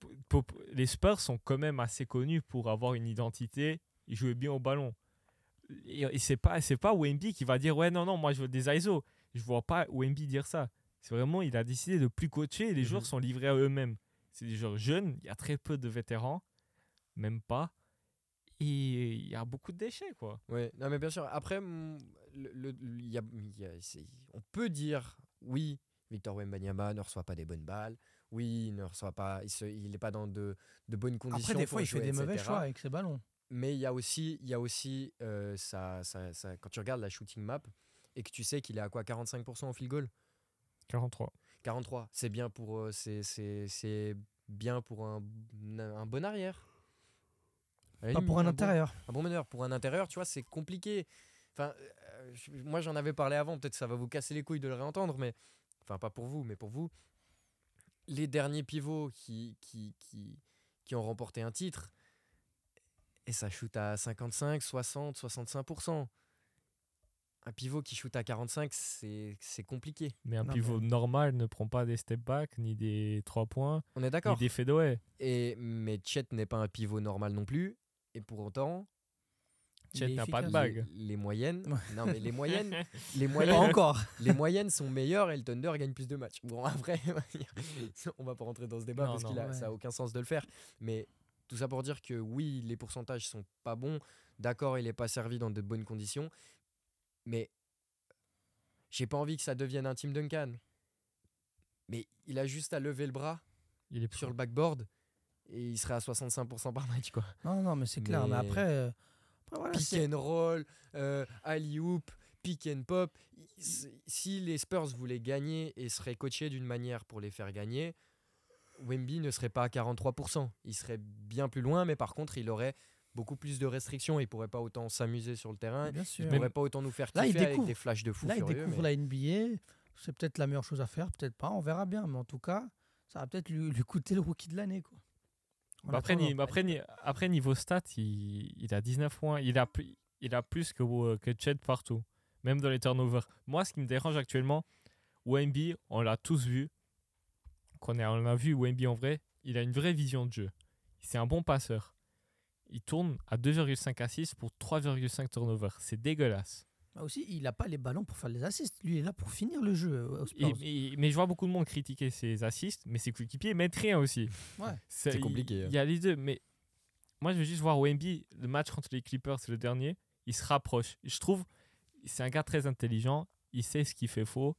C: P- Pop- les Spurs sont quand même assez connus pour avoir une identité et jouer bien au ballon. Et, et c'est pas c'est pas Wemby qui va dire Ouais, non, non, moi je veux des ISO. Je vois pas Wemby dire ça. C'est vraiment, il a décidé de plus coacher et les
A: Mhm.
C: joueurs sont livrés à eux-mêmes. C'est des joueurs jeunes, il y a très peu de vétérans, même pas. Et il y a beaucoup de déchets, quoi.
A: Ouais, non mais bien sûr. Après, mm, le, le- le- il y a- il y a- c'est- on peut dire oui, Victor Wembanyama ne reçoit pas des bonnes balles. Oui, il ne reçoit pas, il se- il est pas dans de, de bonnes conditions.
B: Après, des
A: pour
B: fois, il fait
A: jouer,
B: des mauvais
A: etc..
B: choix avec ses ballons.
A: Mais il y a aussi, il y a aussi euh, ça, ça- ça- quand tu regardes la shooting map et que tu sais qu'il est à quoi 45% en field goal,
C: 43.
A: 43. C'est bien pour, euh, c'est, c'est- c'est bien pour un, un bon arrière. À la
B: Pas pour un
A: limite, bon-
B: intérieur.
A: un bon meneur pour un intérieur, tu vois, c'est compliqué. Enfin, euh, je- moi j'en avais parlé avant, peut-être ça va vous casser les couilles de le réentendre, mais enfin pas pour vous, mais pour vous, les derniers pivots qui qui, qui, qui ont remporté un titre et ça shoot à 55, 60, 65 Un pivot qui shoot à 45, c'est c'est compliqué.
C: Mais un
B: Non, mais-
C: pivot normal ne prend pas des step back, ni des 3 points,
A: On est
C: ni
A: d'accord.
C: des fadeaway.
A: Et mais Chet n'est pas un pivot normal non plus. Et pour autant,
B: Il
C: Chet
B: est
C: n'a pas de
B: efficace.
C: bague.
A: les, les moyennes,
B: Ouais.
A: non mais les moyennes, les
B: Pas
A: moyennes,
B: encore.
A: les moyennes sont meilleures et le Thunder gagne plus de matchs. Bon, après, on va pas rentrer dans ce débat
C: Non,
A: parce que
C: non,
B: ouais.
A: ça a aucun sens de le faire. Mais tout ça pour dire que oui, les pourcentages sont pas bons. D'accord, il est pas servi dans de bonnes conditions. Mais j'ai pas envie que ça devienne un Team Duncan. Mais il a juste à lever le bras
C: Il est
A: sur le backboard et il serait à 65% par match, quoi.
B: Non, non, mais c'est clair. Mais,
A: Mais-
B: après, euh, après, voilà,
A: pick
B: c'est-
A: and roll, euh, alley-oop, pick and pop. S- Si les Spurs voulaient gagner et seraient coachés d'une manière pour les faire gagner, Wemby ne serait pas à 43%. Il serait bien plus loin, mais par contre, il aurait beaucoup plus de restrictions. Il pourrait pas autant s'amuser sur le terrain.
B: Bien sûr.
A: Il
C: Mais-
A: pourrait pas autant nous faire
B: Là, il
A: kiffer avec
B: découvre.
A: des flashs de fou
B: Là, il
A: furieux.
B: découvre
A: mais-
B: la NBA. C'est peut-être la meilleure chose à faire, peut-être pas. On verra bien. Mais en tout cas, ça va peut-être lui, lui coûter le rookie de l'année. quoi. En
C: Bah après,
B: attendant.
C: ni- bah après, ni- après, niveau stats, il, il a 19 points. Il a, plus- il a plus que, euh, que Chet partout, même dans les turnovers. Moi, ce qui me dérange actuellement, Wemby, on l'a tous vu. Qu'on a, on a vu Wemby en vrai, il a une vraie vision de jeu. C'est un bon passeur. Il tourne à 2,5 assists pour 3,5 turnovers. C'est dégueulasse.
B: Bah aussi, il n'a pas les ballons pour faire les assists. Lui, il est là pour finir le jeu. euh, aux
C: Et-
B: Spurs.
C: mais- mais je vois beaucoup de monde critiquer ses assists, mais ses coéquipiers mettent rien aussi.
B: Ouais.
A: C'est
C: il-
A: compliqué, hein.
C: Il y a les deux, mais moi je veux juste voir Wemby, le match contre les Clippers, c'est le dernier, il se rapproche. Je trouve, c'est un gars très intelligent, il sait ce qu'il fait faux,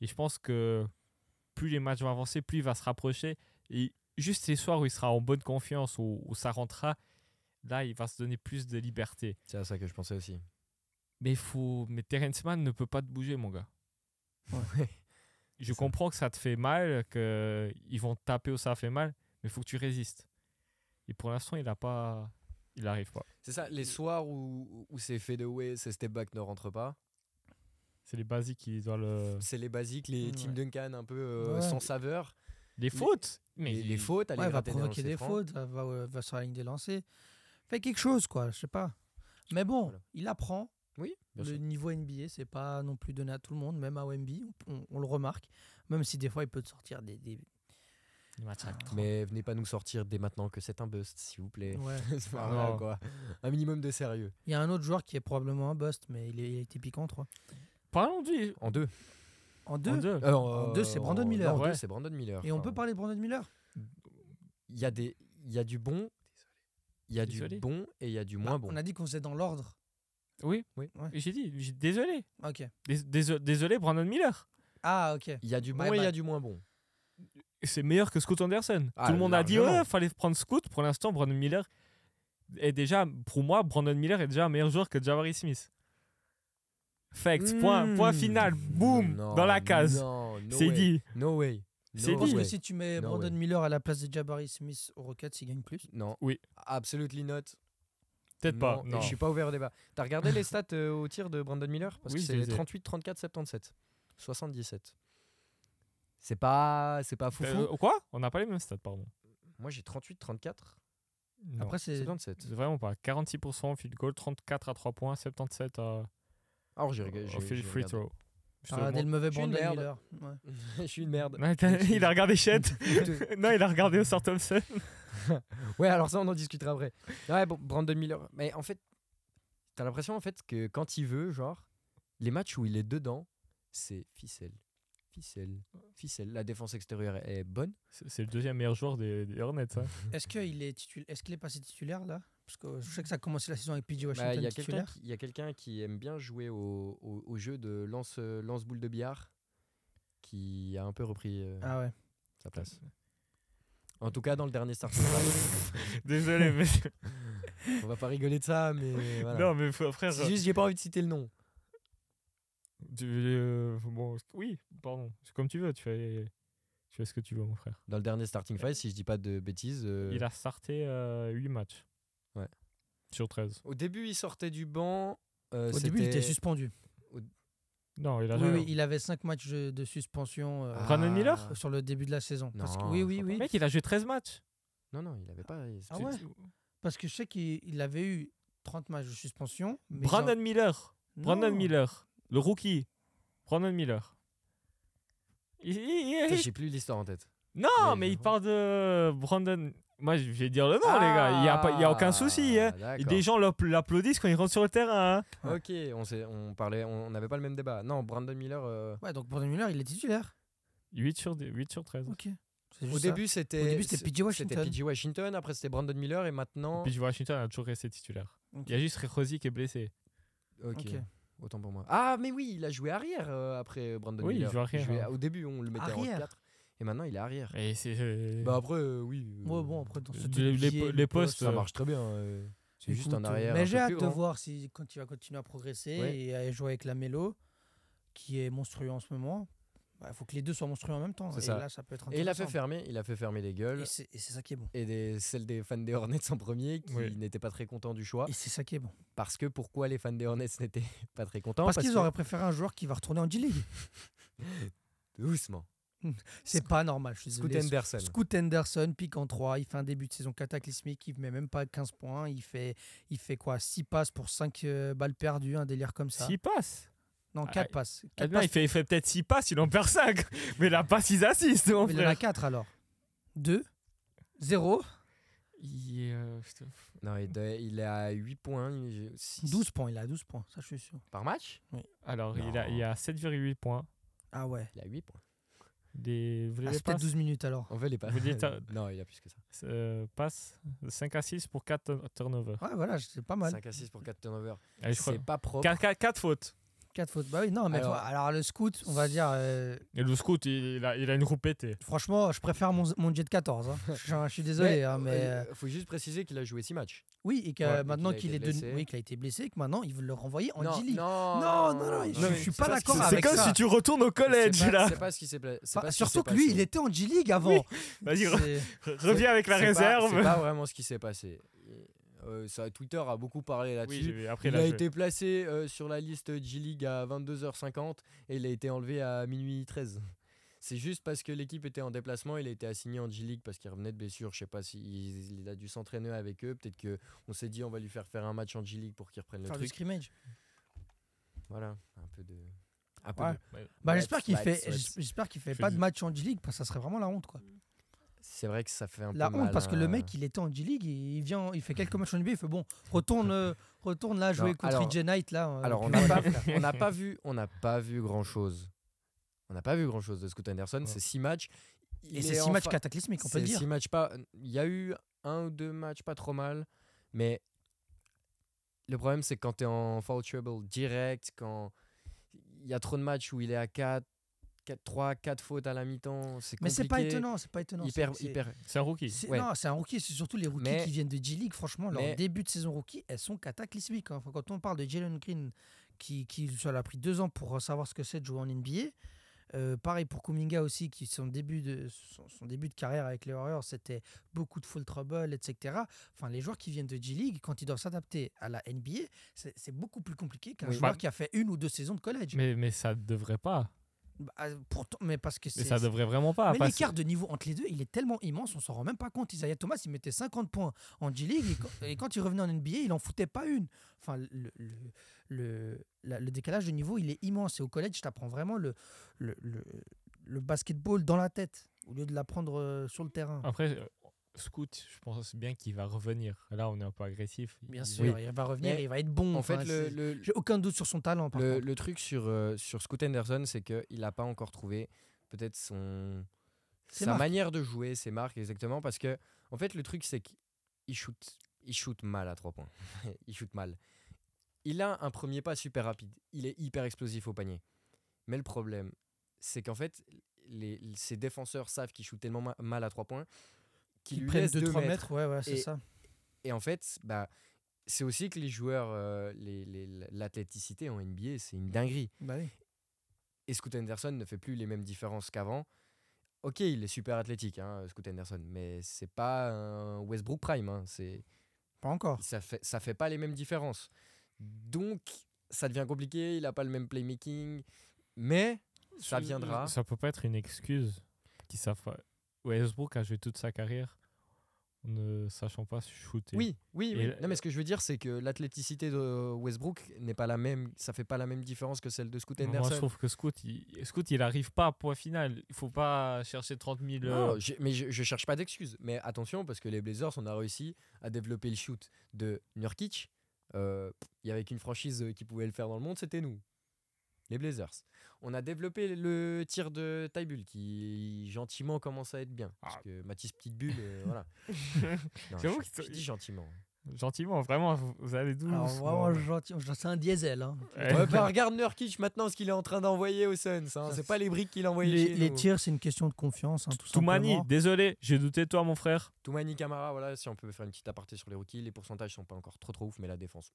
C: et je pense que plus les matchs vont avancer, plus il va se rapprocher. Et juste ces soirs où il sera en bonne confiance, où, où ça rentrera, là il va se donner plus de liberté.
A: C'est à ça que je pensais aussi.
C: Mais, faut... mais Terrence Mann ne peut pas te bouger, mon gars. Je
A: ça.
C: comprends que ça te fait mal, que ils vont te taper ou ça fait mal, mais il faut que tu résistes. Et pour l'instant, il a pas, il arrive pas.
A: C'est ça, les soirs où, où ces fadeaways, ces step back ne rentrent pas,
C: C'est les basiques qui doivent le.
A: c'est les basiques, les
B: Ouais.
A: Tim Duncan un peu euh,
B: Ouais.
A: sans saveur,
C: Les fautes. Mais
A: les, les fautes, aller
B: Ouais, il va
A: gratter dans le
B: provoquer des
A: safran.
B: fautes, va, va, va sur la ligne des lancers. Fait quelque chose, quoi, je sais pas. Mais bon,
A: Voilà.
B: il apprend.
A: Oui, bien
B: le
A: sûr.
B: niveau NBA, c'est pas non plus donné à tout le monde, même à OMB, on, on- on le remarque. Même si des fois, il peut te sortir des. des-
C: Les matchs à trente.
A: Mais venez pas nous sortir dès maintenant que c'est un bust, s'il vous plaît.
B: Ouais.
A: C'est pas
C: Ah
A: vrai,
C: non.
A: quoi. Un minimum de sérieux.
B: Il y a un autre joueur qui est probablement un bust, mais il, est, il a été piquant, toi.
C: Parlons du.
A: En deux.
B: En
C: en
B: deux.
C: deux.
A: Euh,
B: En deux, c'est Brandon Miller.
A: non, en
C: Ouais.
A: deux, c'est Brandon Miller.
B: Et on peut
A: Enfin,
B: parler de Brandon Miller
A: Il y a des, il y a du bon, il y a du
C: Désolé.
A: bon et il y a du moins
B: Bah,
A: bon.
B: On a dit qu'on faisait dans l'ordre.
C: Oui.
A: Oui.
B: Ouais.
C: J'ai dit. j'ai- Désolé.
B: Ok.
C: Dés- déso- Désolé, Brandon Miller.
B: Ah, ok.
A: Il y a du
B: My
A: bon et il y a
B: bad.
A: du moins bon.
C: C'est meilleur que Scoot Anderson.
A: Ah,
C: Tout le monde a dit
A: largement.
C: ouais, fallait prendre Scoot. Pour l'instant, Brandon Miller est déjà, pour moi, Brandon Miller est déjà un meilleur joueur que Jabari Smith. Fact. Point.
B: Hmm.
C: Point
A: Mmh.
C: final. Boum.
A: Non,
C: Dans la case.
A: non, no
C: C'est
A: way.
C: dit.
A: No way. No
C: C'est
B: Je pense
C: dit.
A: way.
B: que si tu mets
A: No
B: Brandon
A: way.
B: Miller à la place de Jabari Smith au Rockets, il gagne plus.
A: Non.
C: Oui.
A: Absolutely not.
C: Peut-être pas.
A: et
C: Non.
A: Je suis pas ouvert au débat. T'as regardé les stats euh, au tir de Brandon Miller Parce
C: Oui,
A: que
C: je les
A: c'est
C: ai.
A: 38, 34, 77. 77. C'est pas, c'est pas foufou.
C: Euh, quoi On n'a pas les mêmes stats, pardon.
A: Moi j'ai 38, 34,
C: Non.
B: Après, c'est.
A: 77.
C: C'est vraiment pas. 46% au field goal, 34 à 3 points, 77 à,
A: Alors j'ai
C: au
A: regardé. j'ai- j'ai
C: field free
A: regardé.
C: throw. Je te
B: Ah, dès
C: montre.
B: le mauvais
A: Je suis une
B: Brandon
A: merde.
B: Miller. Ouais.
A: Je suis une merde.
C: Non, t'as- il a regardé Chet.
A: Tout-
C: non, il a regardé Osar Thompson.
A: ouais, alors ça on en discutera après. Ouais, bon, Brandon Miller. Mais en fait, t'as l'impression en fait que quand il veut, genre, les matchs où il est dedans, c'est ficelle, ficelle, ficelle. La défense extérieure est bonne.
C: C'est c'est le deuxième meilleur joueur des, des Hornets. hein. ça.
B: Est-ce qu'il est, titul... est, qu'il est passé titulaire là Parce que je sais que ça a commencé la saison avec PJ
A: Bah,
B: Washington
A: Il y a quelqu'un
B: titulaire.
A: qui, il y a quelqu'un qui aime bien jouer au, au- au jeu de lance, euh, lance-boule de billard qui a un peu repris euh,
B: Ah ouais.
A: sa place. En tout cas, dans le dernier starting five.
C: Désolé, mais.
A: on va pas rigoler de ça, mais voilà.
C: Non, mais fr- frère.
A: C'est juste, j'ai pas envie de citer le nom.
C: tu- euh, bon, oui, pardon. C'est comme tu veux. Tu fais, tu fais ce que tu veux, mon frère.
A: Dans le dernier starting five, si je dis pas de bêtises, euh,
C: Il a starté 8 matchs.
A: Ouais.
C: Sur 13.
A: au début, il sortait du banc. euh,
B: Au début, il était
A: c'était-
B: suspendu.
C: Non, il a
B: Oui,
C: jamais-
B: oui, il avait 5 matchs de de suspension euh,
A: hein. Ah.
C: Brandon Miller
B: sur le début de la saison. Parce que-
A: Non,
B: oui,
A: je
B: oui,
A: crois
B: oui.
C: Mec, il a joué 13 matchs.
A: Non, non, il avait pas. il-
B: Ah
C: Tu-
B: ouais
C: tu-
B: Parce que je sais qu'il il avait eu 30 matchs de suspension. mais ils
C: Brandon
B: ont-
C: Miller. Brandon
B: Non.
C: Miller, le rookie. Brandon Miller. Il- il- il-
A: Putain, J'ai plus l'histoire en tête.
C: non,
A: mais-
C: mais il parle de Brandon. Moi, je vais dire le nom, Ah les gars. Il n'y a, pas- il y a aucun souci. hein.
A: Ah,
C: Et
A: d'accord.
C: Des gens l'app- l'applaudissent quand il rentre sur le terrain. hein.
A: Ok, on s'est- on parlait, on n'avait pas le même débat. Non, Brandon Miller. euh,
B: Ouais, donc Brandon Miller, il est titulaire.
C: 8 sur, dé- 8 sur 13.
B: Ok.
A: Au début, c'était.
B: Au début, c'était
A: c-
B: PJ Washington.
A: C'était PJ Washington, après c'était Brandon Miller et maintenant.
C: Puis Washington a toujours resté titulaire.
B: Ok.
C: Il y a juste Rosy qui est blessé.
A: Ok.
B: Ok.
A: Autant pour moi. Ah, mais oui, il a joué arrière euh, après euh, Brandon
C: Oui, il
A: Miller.
C: joue arrière,
A: jouait-
C: hein.
A: Au début, on le mettait en
B: Arrière.
A: 4 et maintenant il est arrière.
C: Et c'est. euh,
A: Bah après, euh, oui. euh,
B: Ouais, bon, après, dans ce
C: les- les po- les postes,
A: ça marche très bien. euh, C'est juste
B: Écoute,
A: en
B: euh,
A: arrière. un
B: Mais
A: peu
B: j'ai hâte
A: plus
B: de
A: grand.
B: voir si quand il va continuer à progresser
A: Ouais.
B: et à jouer avec la Mélo, qui est monstrueux en ce moment. Bah, faut que les deux soient monstrueux en même temps.
A: C'est
B: et
A: ça.
B: là, ça peut être
A: Et il a fait
B: intéressant.
A: fermer, il a fait fermer les gueules.
B: Et c'est et c'est ça qui est bon.
A: Et des, celle des fans des Hornets en premier qui
C: Oui.
A: n'étaient pas très contents du choix.
B: Et c'est ça qui est bon.
A: Parce que pourquoi les fans des Hornets n'étaient pas très contents
B: Parce, qu'ils
A: que-
B: auraient préféré un joueur qui va retourner en G-League.
A: Doucement.
B: C'est pas normal. Je suis
A: Scoot
B: désolé.
A: Henderson.
B: Scoot Henderson pique en 3, il fait un début de saison cataclysmique, il met même pas 15 points, il fait, il fait quoi 6 passes pour 5 balles perdues, un délire comme ça.
C: S'il passe.
B: Non,
C: Ah,
B: 4 passes.
C: Eh
B: Quatre
C: bien, il
B: passes.
C: fait, il fait peut-être 6 passes, il en perd 5. Mais la passe, ils assistent, mon
B: Mais il en a
C: frère.
B: 4 alors. 2, 0,
C: Il est, euh, putain,
A: Non, il, doit- il est à 8 points. il- six
B: 12 points, il a 12 points, ça je suis sûr.
A: par match
C: Alors, il a,
A: Non.
C: il a 7,8 points.
B: Ah ouais.
A: Il a 8 points.
C: Des, vous
B: Ah,
C: les
B: c'est peut-être
C: passes,
B: 12 minutes alors.
A: En fait, il est pas.
C: Vous dites, euh,
A: non, il a plus que ça.
C: euh, passes 5 à 6 pour 4 turnovers.
B: Ouais, voilà, c'est pas mal.
A: 5 à 6 pour 4 turnovers.
C: Allez, je crois-
A: C'est pas
B: Oh.
A: propre.
C: 4, fautes.
B: 4 fautes. Bah oui, non, mais
A: Alors-
B: alors, alors, le scout, on va dire, euh,
C: Et le scout, il, il a, il a une roue pétée.
B: franchement, je préfère mon, mon jet de 14. hein. Je, je suis désolé, hein, mais. euh,
A: Il faut juste préciser qu'il a joué 6 matchs.
B: Oui, et que
A: Ouais, et
B: maintenant
A: qu'il
B: qu'il
A: a
B: est
A: été
B: devenu-
A: blessé.
B: oui, qu'il a été blessé, et que maintenant ils veulent le renvoyer en
A: non,
B: G-League.
A: non,
B: Non, non, non, je-
A: mais
B: je suis
A: c'est
B: pas
A: ce qui
B: d'accord
A: s'est
B: avec
C: C'est
A: passé.
C: comme
B: ça.
C: si tu retournes au collège,
A: C'est pas-
C: là.
A: C'est pas ce qui s'est pla- c'est
B: Enfin,
A: pas ce qui s'est
B: surtout que
A: passé.
B: lui, il était en G-League avant.
C: Vas-y, re-
B: C'est-
C: reviens avec la
A: C'est pas- C'est
C: réserve.
A: pas vraiment ce qui s'est passé. Euh, ça, Twitter a beaucoup parlé
C: Oui,
A: là-dessus.
C: j'ai vu, après,
A: Il
C: a
A: a
C: joué.
A: été placé euh, sur la liste G-League à 22h50 et il a été enlevé à minuit 13. C'est juste parce que l'équipe était en déplacement, il a été assigné en G-League parce qu'il revenait de blessure. Je sais pas s'il il, il a dû s'entraîner avec eux. Peut-être que on s'est dit on va lui faire faire un match en G-League pour qu'il reprenne le
B: Faire du
A: truc.
B: scrimmage.
A: Voilà, un peu de. Un peu
B: Ouais.
A: de-
B: Bah,
A: Ouais,
B: j'espère qu'il
A: ouais,
B: fait,
A: ouais.
B: j'espère qu'il fait
C: Je
B: pas
C: dis-
B: de match en G-League parce que ça serait vraiment la honte quoi.
A: C'est vrai que ça fait un
B: La
A: peu
B: honte
A: mal,
B: parce que le
A: hein.
B: mec il était en G-League, il vient, il fait quelques matchs en NBA, il fait bon, retourne, euh, retourne là jouer contre
A: alors-
B: EJ Knight là. euh,
A: Alors,
B: plus
A: on n'a
B: loin,
A: pas,
B: là, frère.
A: on n'a pas vu, on n'a pas vu grand chose. On n'a pas vu grand chose de Scoot Anderson.
C: Ouais.
A: C'est six matchs. Il
B: Et
A: est
B: c'est six
A: en
B: matchs
A: fa-
B: cataclysmiques, on peut
A: c'est
B: le dire.
A: six matchs pas. Il y a eu un ou deux matchs pas trop mal, mais le problème c'est que quand tu es en foul trouble direct, quand il y a trop de matchs où il est à 4 4 3 4 fautes à la mi-temps, c'est compliqué.
B: Mais c'est pas étonnant, c'est pas étonnant. c'est-
A: Hyper,
B: c'est-
A: hyper.
C: C'est un rookie.
B: c'est-
A: ouais.
B: Non, c'est un rookie, c'est surtout les rookies
A: Mais-
B: qui viennent de G-League. Franchement, leur
A: mais-
B: début de saison rookie, elles sont cataclysmiques. hein. Enfin, quand on parle de Jalen Green, qui, qui ça l'a pris deux ans pour euh, savoir ce que c'est de jouer en NBA. euh, pareil pour Kuminga aussi, qui son début de, son, son début de carrière avec les Warriors, c'était beaucoup de full trouble, etc. Enfin, les joueurs qui viennent de G-League, quand ils doivent s'adapter à la NBA, c'est c'est beaucoup plus compliqué qu'un
A: Oui.
B: joueur
C: Bah-
B: qui a fait une ou deux saisons de collège.
C: Mais, mais ça devrait pas.
B: Bah, pourtant, mais parce que
C: Mais
B: c'est
C: ça devrait vraiment pas.
B: mais
C: parce-
B: l'écart de niveau entre les deux, il est tellement immense, on s'en rend même pas compte. Isaiah Thomas, il mettait 50 points en G-League et quand- et, quand il revenait en NBA, il en foutait pas une. Enfin, le, le, le, la- le décalage de niveau, il est immense. Et au collège, je t'apprends vraiment le, le, le, le basketball dans la tête au lieu de l'apprendre euh, sur le terrain.
C: Après, euh, Scoot, je pense bien qu'il va revenir. Là, on est un peu agressif.
B: Bien
C: Il-
B: sûr, il va revenir,
A: Mais
B: il va être bon.
A: En
B: Enfin,
A: fait, le-
B: c'est-
A: le,
B: j'ai aucun doute sur son talent. Par
A: Le,
B: contre.
A: le truc sur, euh, sur Scoot Henderson, c'est qu'il n'a pas encore trouvé peut-être son
B: Ses
A: sa
B: marques.
A: manière de jouer, ses marques exactement, parce que en fait le truc c'est qu'il shoot, il shoot mal à trois points, il shoot mal. Il a un premier pas super rapide, il est hyper explosif au panier, mais le problème c'est qu'en fait les, ses défenseurs savent qu'il shoot tellement ma- mal à trois points qu'ils
B: Qu'il
A: lui
B: prenne
A: laissent
B: 2-3
A: deux
B: mètres.
A: mètres.
B: ouais, ouais, c'est
A: Et-
B: ça.
A: Et en fait, bah c'est aussi que les joueurs, euh, les- les- l'athléticité en NBA, c'est une dinguerie
B: Bah oui.
A: et Scoot Henderson ne fait plus les mêmes différences qu'avant. Ok, il est super athlétique, hein, Scoot Henderson, mais c'est pas un Westbrook Prime. hein, c'est
B: Pas encore.
A: ça fait ça fait pas les mêmes différences. Donc ça devient compliqué. Il a pas le même playmaking, mais ça viendra.
C: Ça peut pas être une excuse qui savent pas. Westbrook a joué toute sa carrière en ne sachant pas shooter.
A: Oui, oui,
C: Et euh
A: oui.
C: la-
A: Non, mais ce que je veux dire, c'est que l'athléticité de Westbrook n'est pas la même. Ça fait pas la même différence que celle de Scoot
C: Moi, je
A: Henderson.
C: trouve que Scoot, il, Scoot, il arrive pas à point final. Il faut pas chercher 30 000. euh,
A: Non, je- mais je, je cherche pas d'excuses. Mais attention, parce que les Blazers, on a réussi à développer le shoot de Nurkic. Euh, pff, Il y avait qu'une franchise euh, qui pouvait le faire dans le monde, c'était nous, les Blazers. On a développé le tir de Taibul, qui gentiment commence à être bien. Parce
C: Ah.
A: que Mathis Petitbulle, euh, voilà. Non,
C: J'avoue
A: je,
C: que
A: je dis gentiment. hein.
C: Gentiment, vraiment, vous vous allez d'où
B: Alors, vraiment gentil. C'est un diesel. hein.
C: Ouais.
A: Ouais, bah, regarde Nurkic maintenant ce qu'il est en train d'envoyer aux Suns. hein. C'est pas les briques qu'il a envoyées
B: Les,
A: chez
B: les
A: nous.
B: tirs, c'est une question de confiance. hein, tout
C: Toumani,
B: simplement.
C: désolé, j'ai douté de toi, mon frère.
A: Toumani Camara, voilà, si on peut faire une petite aparté sur les rookies, les pourcentages
B: Oh
A: sont pas encore trop trop ouf, mais la défense.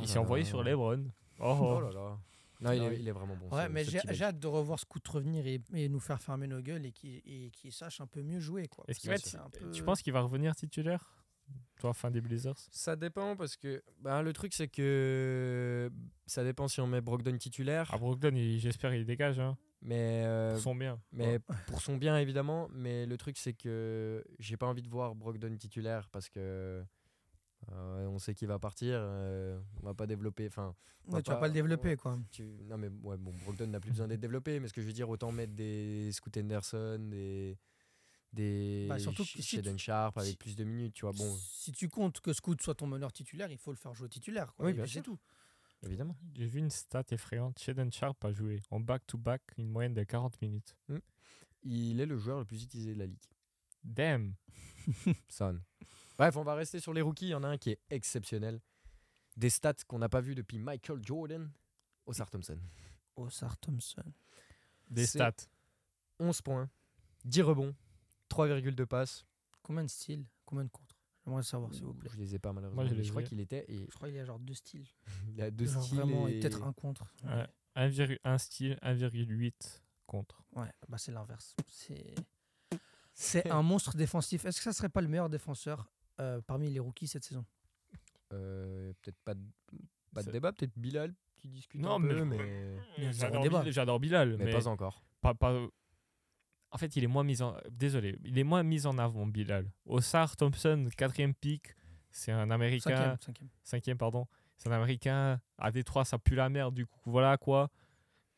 C: Il s'est envoyé sur
A: les
C: Lebron. Oh,
A: Ah Oh là là. Non, il
B: Ah
A: est,
B: oui.
A: il est vraiment bon.
B: Ouais,
A: ce-
B: mais
A: ce
B: j'ai
A: petit mec.
B: j'ai hâte de revoir ce coup de revenir et, et nous faire fermer nos gueules et qu'il et qu'il sache un peu mieux jouer. quoi.
C: Est-ce qu'il va
B: Parce
C: être-
B: que c'est un
C: Tu
B: peu-
C: penses qu'il va revenir titulaire Toi, fin des Blazers
A: Ça dépend parce que bah, le truc c'est que ça dépend si on met Brogdon titulaire,
C: À Brogdon, il- j'espère qu'il dégage. Hein.
A: mais euh,
C: Ils sont bien.
A: mais pour son bien évidemment. Mais le truc c'est que j'ai pas envie de voir Brogdon titulaire parce que euh, on sait qu'il va partir, euh, on va pas développer. Enfin,
B: Ouais, tu vas pas le développer, quoi.
A: tu- non mais ouais, bon, Brogdon n'a plus besoin d'être développé, mais ce que je veux dire, autant mettre des Scoot Henderson, des des
B: Bah, surtout
A: Sh-
B: que si
A: Shaden
B: tu-
A: Sharp avec
B: si-
A: plus de minutes, tu vois. Ah Bon,
B: Si tu comptes que Scoot soit ton meneur titulaire, il faut le faire jouer titulaire. Quoi.
A: Oui,
B: Et
A: bien
B: puis c'est tout.
A: évidemment.
C: J'ai vu une stat effrayante. Shaden Sharp a joué en back-to-back une moyenne de 40 minutes.
A: Il est le joueur le plus utilisé de la ligue.
C: Damn
A: Son. Bref, on va rester sur les rookies. Il y en a un qui est exceptionnel. Des stats qu'on n'a pas vu depuis Michael Jordan. Osar Thompson.
B: Osar Thompson.
C: Des
A: C'est-
C: stats.
A: 11 points, 10 rebonds, 3,2 passes.
B: Combien de styles Combien de contres J'aimerais savoir, Oh, s'il vous plaît.
A: Je les ai pas malheureusement.
C: Moi, je
A: mais
C: les
A: je crois
C: ai.
A: qu'il était et
B: Je crois qu'il y a genre deux styles.
A: il a deux
B: genre
A: styles
B: vraiment, et
A: et-
B: peut-être un contre.
C: Ouais. 1,1 style, 1,8 contre.
B: Ouais, bah c'est l'inverse. C'est c'est un monstre défensif. Est-ce que ça serait pas le meilleur défenseur euh, parmi les rookies cette saison
A: Euh, peut-être pas de, pas de
C: C'est-
A: débat, peut-être Bilal qui discute
C: Non,
A: un
C: mais-
A: peu, mais,
B: Il y a zéro
C: J'adore
B: débat.
C: Bil- J'adore Bilal,
A: mais
C: mais,
A: pas encore.
C: pas- pas- En fait, il est moins mis en... Désolé, il est moins mis en avant, Bilal. Osar Thompson, quatrième pick, c'est un Américain...
B: Cinquième, cinquième.
C: cinquième pardon c'est un américain à Détroit ça pue la merde du coup voilà quoi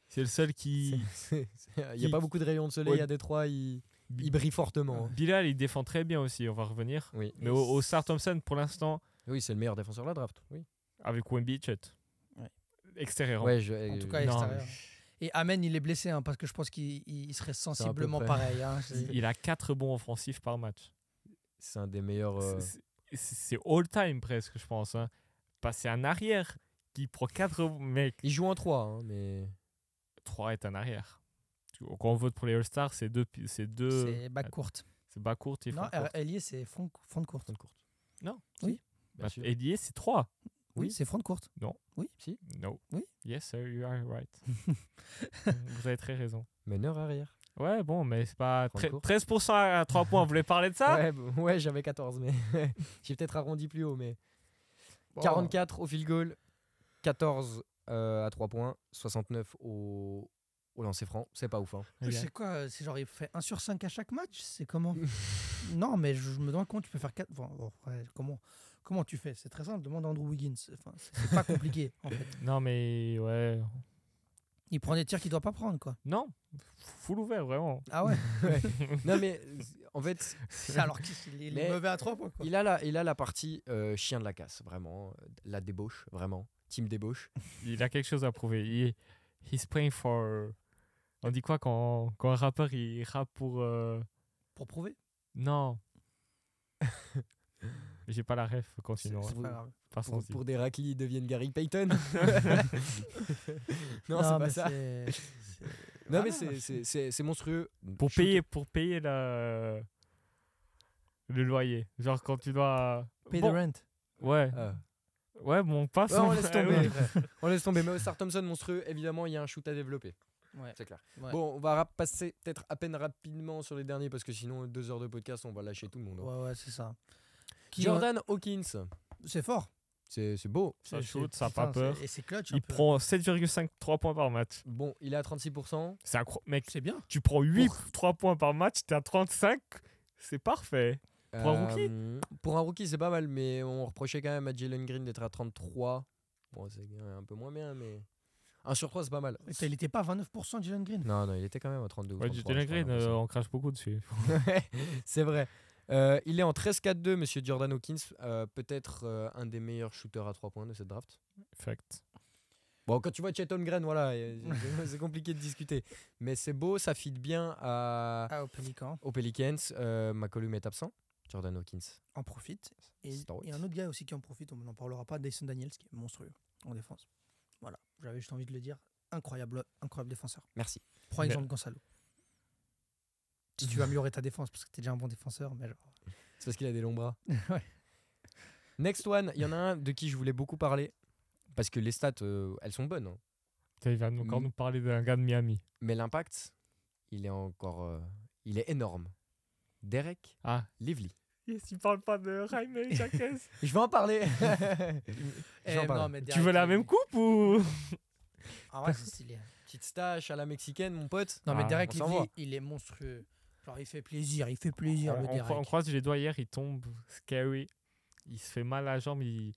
C: c'est le seul qui
A: C'est- c'est- Il n'y a
C: qui-
A: pas beaucoup de rayons de soleil
C: Ouais.
A: à Détroit, il, il brille fortement. hein.
C: Bilal il défend très bien aussi on va revenir
A: Oui,
C: mais au, au Star Thompson pour l'instant
A: oui c'est le meilleur défenseur de la draft. Oui.
C: avec Wemby Chet
B: Ouais.
C: extérieur hein.
A: Ouais, je-
B: En tout
A: euh,
B: cas,
C: non,
B: extérieur. Et Amen, il est blessé hein, parce que je pense qu'il il- il serait sensiblement
A: près.
B: pareil. hein.
C: il,
B: C'est-
C: il a 4 bons offensifs par match
A: c'est un des meilleurs.
C: C'est-
A: euh,
C: c'est c'est all time presque je pense hein. passer un arrière qui prend 4 mecs
A: Il joue en 3, mais.
C: 3 est un arrière quand on vote pour les All-Stars c'est deux pi- c'est deux
B: C'est back courte.
C: c'est bas court et
B: Non,
C: front court.
B: Elié, c'est front, front de courte.
A: Fond de courte.
C: Non.
B: Oui.
A: Bien sûr.
C: Ailier, Bah, c'est 3
B: Oui,
A: Oui.
B: c'est front de courte.
C: No.
B: Oui.
C: Yes, sir, you are right. vous avez très raison.
A: Meneur arrière.
C: Ouais, bon, mais c'est pas.
A: Prends
C: tre-
A: le cours.
C: 13% à 3 points, vous voulez parler de ça
A: ouais, bon, ouais, j'avais 14, mais j'ai peut-être arrondi plus haut, mais. 44 au field goal, 14 euh, à 3 points, 69 au, au lancer franc. C'est pas ouf. hein.
C: Les gars,
B: C'est quoi euh, C'est genre, il fait 1 sur 5 à chaque match C'est comment Non, mais je je me demande comment tu peux faire 4. comment, comment tu fais C'est très simple. Demande à Andrew Wiggins. Enfin, c'est c'est pas compliqué, en fait.
C: Non, mais ouais.
B: Il prend des tirs qu'il doit pas prendre, quoi.
C: Non, full ouvert, vraiment.
B: Ah ouais
A: non, mais en fait,
B: Alors qu'il est, il est
A: Mais-
B: mauvais à 3 points, quoi.
A: il a la, il a la partie euh, chien de la casse, vraiment. La débauche, vraiment. Team débauche.
C: Il a quelque chose à prouver. Il, he's playing for. On dit quoi quand, quand un rappeur il rappe pour. euh,
B: Pour prouver
C: Non. J'ai pas la ref, continuons.
B: C'est
A: vous-
B: pas grave.
A: Pour,
C: Passons-y.
A: pour des raclis, il deviennent Gary Payton. non, c'est
B: mais
A: pas ça.
B: c'est- c'est-
A: Non,
B: Voilà.
A: mais c'est- c'est- c'est c'est monstrueux.
C: Pour
A: Je suis
C: payer, pour payer la... le loyer. Genre quand tu dois.
B: Pay
C: Bon,
B: the rent.
C: Ouais.
A: Ah.
C: Ouais, bon, on passe.
B: Oh,
A: Ouais, on
C: hein.
A: laisse
C: Ah
A: tomber.
C: ouais.
A: On laisse tomber. Mais Oscar Thompson, monstrueux, évidemment, il y a un shoot à développer.
B: Ouais.
A: C'est clair.
B: Ouais.
A: Bon, on va rap- passer peut-être à peine rapidement sur les derniers parce que sinon, deux heures de podcast, on va lâcher tout le monde. hein.
B: Ouais, ouais, c'est ça. Qui-
C: euh,
B: euh,
A: Jordan Hawkins,
B: C'est fort.
A: c'est c'est beau.
C: Ça
B: C'est-
C: shoot,
B: c'est-
C: ça a pas
B: putain,
C: peur.
B: c'est- Et c'est clutch. un
C: Il
B: peu.
C: prend 7,53 points par match.
A: Bon, il est à 36%.
C: C'est incroyable. Mec,
B: C'est bien.
C: tu prends 8 3 points par match, t'es à 35. C'est parfait. Pour un rookie
A: Euh, Pour un rookie, c'est pas mal, mais on reprochait quand même à Jalen Green d'être à 33. Bon, c'est un peu moins bien, mais 1 sur 3, c'est pas mal.
B: Putain, Il était pas à 29% de Jalen Green.
A: Non, non, il était quand même à 32. ou
C: Ouais,
A: 33,
C: Jalen
A: je crois,
C: Green,
A: l'impression.
C: euh, on crache beaucoup dessus.
A: Ouais, c'est vrai. Euh, il est en 13-4-2, monsieur Jordan Hawkins. euh, Peut-être euh, un des meilleurs shooters à 3 points de cette draft.
C: Fact.
A: Bon, quand tu vois Chet Holmgren, voilà, euh, c'est compliqué de discuter. Mais c'est beau, ça fit bien à,
B: Ah, au Pelican.
A: aux Pelicans. Euh, McCollum est absent. Jordan Hawkins.
B: En profite. Et
A: C'est drôle.
B: il y a un autre gars aussi qui en profite. On n'en parlera pas. Dyson Daniels qui est monstrueux en défense. Voilà. J'avais juste envie de le dire. Incroyable, incroyable défenseur.
A: Merci.
B: Prends
C: Mais-
B: exemple Gonzalo. Si tu veux améliorer ta défense, parce que t'es déjà un bon défenseur, mais genre.
A: C'est parce qu'il a des longs bras.
B: Ouais.
A: Next one, il y en a un de qui je voulais beaucoup parler. Parce que les stats, euh, elles sont bonnes. hein.
C: Putain, il va nous- encore
A: Mm.
C: nous parler d'un gars de Miami.
A: Mais l'impact, il est encore. euh, il est énorme. Derek
C: Ah.
A: Lively.
C: Yes, il parle pas de Jaime Jaquez.
A: Je vais en parler.
B: Eh,
A: J'en
B: non,
A: parle.
B: mais
C: tu
B: Derek
C: veux la
B: Lively-
C: même coupe ou
B: Ah ouais, c'est stylé.
A: Petite stache à la mexicaine, mon pote.
B: Non, mais
C: Ah,
B: Derek
A: on s'en
B: Lively,
A: voit.
B: il est monstrueux. Genre, il fait plaisir, il fait plaisir,
C: Ah, on,
B: le
C: on
B: Derek.
C: cro- on croise les doigts hier, il tombe. Scary. Il se fait mal à la jambe. Il...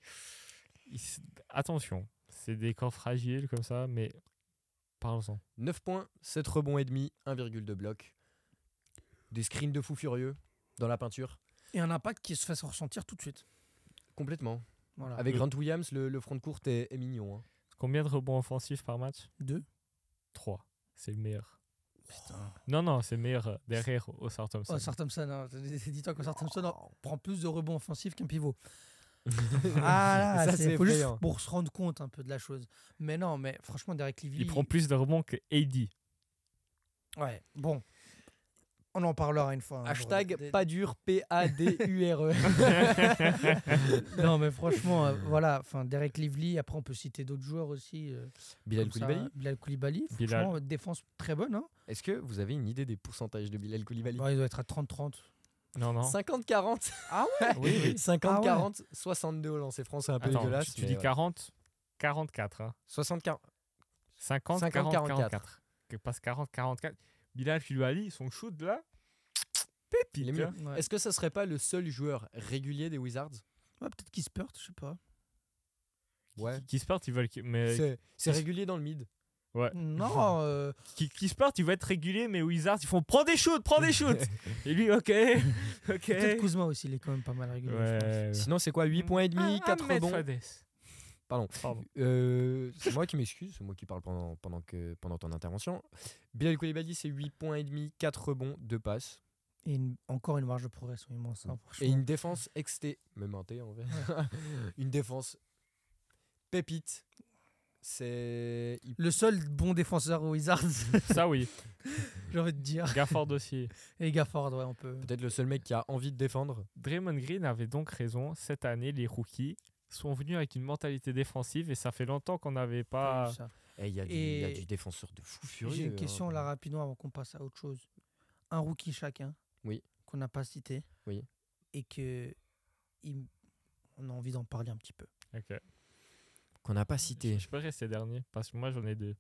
C: il s- Attention, c'est des corps fragiles comme ça, mais parlons-en.
A: 9 points, 7 rebonds et demi, 1,2 bloc. Des screens de fou furieux dans la peinture.
B: Et un impact qui se fait ressentir tout de suite.
A: Complètement.
B: Voilà.
A: Avec
C: Oui.
A: Grant Williams, le, le front de courte est, est mignon. hein.
C: Combien de rebonds offensifs par match
B: deux.
C: 3. C'est le meilleur.
B: Putain.
C: Non, non, c'est le meilleur euh, derrière Osar Thompson.
B: Oh, Sir Thompson, hein. dis-toi que Sir Thompson oh, prend plus de rebonds offensifs qu'un pivot. ah là,
A: Ça,
B: c'est-
A: c'est
B: faut juste
A: effrayant.
B: pour se rendre compte un peu de la chose. Mais non, mais franchement, Derek Lively.
C: il prend plus de rebonds que AD.
B: Ouais, bon. On en parlera une fois. un jour.
A: Hashtag
B: Des-
A: pas dur, P-A-D-U-R-E. E.
B: Non, mais franchement, euh, voilà. Enfin, Derek Lively. Après, on peut citer d'autres joueurs aussi. euh,
A: Bilal
B: comme ça,
A: Koulibaly
B: Bilal Koulibaly.
C: Bilal.
B: Franchement, euh, défense très bonne. Hein.
A: Est-ce que vous avez une idée des pourcentages de Bilal Koulibaly
B: Bon, il doit être à 30-30.
C: Non, non.
A: 50-40.
B: Bah, Ah
C: Oui, oui.
A: 50-40, 62 au lancer France, c'est un peu
C: Attends,
A: dégueulasse.
C: tu, tu
A: mais euh,
C: dis
A: ouais.
C: 40, 44. hein.
A: 60-40. 50,
C: 50, 40, 44.
A: 44.
C: Que passe 40, 44. Bilal Filouali, son shoot là,
A: Il est
C: pépite.
A: mieux.
C: hein.
B: Ouais.
A: Est-ce que ça serait pas le seul joueur régulier des Wizards
B: Ouais, Peut-être qu'il se perte, je sais pas.
A: Ouais.
C: Qui- Qui se porte, ils veulent. que- Mais
A: C'est c'est
C: est-ce-
A: régulier dans le mid.
B: Non, euh,
C: qui, qui se porte, il va être régulier, mais Wizards, ils font prends des shoots, prends des shoots. Et lui, ok, ok.
B: peut-être Kuzma aussi, il est quand même pas mal régulier. je pense.
C: Ouais.
A: Sinon, c'est quoi 8 points et demi, 4
C: Ahmed
A: rebonds.
C: Fadez.
A: Pardon.
C: Pardon.
A: Euh, c'est moi qui m'excuse, c'est moi qui parle pendant, pendant, que, pendant ton intervention. Bilal Koulibaly, c'est 8 points et demi, 4 rebonds, 2 passes.
B: Et une- encore une marge de progression immense. hein,
A: Et
B: franchement.
A: une défense exté, même un T en vrai. une défense pépite. C'est. il-
B: Le seul bon défenseur aux Wizards,
C: Ça, oui.
B: j'ai envie de dire.
C: Gafford aussi.
B: Et Gafford, ouais, on peut.
A: Peut-être le seul mec qui a envie de défendre.
C: Draymond Green avait donc raison. Cette année, les rookies sont venus avec une mentalité défensive et ça fait longtemps qu'on n'avait pas.
B: J'ai ça.
A: Eh, Il y, a du- il y a
B: Et
A: du défenseur de fou furieux.
B: J'ai une
A: hein.
B: question là rapidement avant qu'on passe à autre chose. Un rookie chacun,
A: Oui.
B: qu'on n'a pas cité,
A: Oui.
B: et que il- on a envie d'en parler un petit peu.
C: Ok.
A: Qu'on n'a pas
C: Je,
A: cité.
C: je peux rester dernier parce que moi j'en ai deux.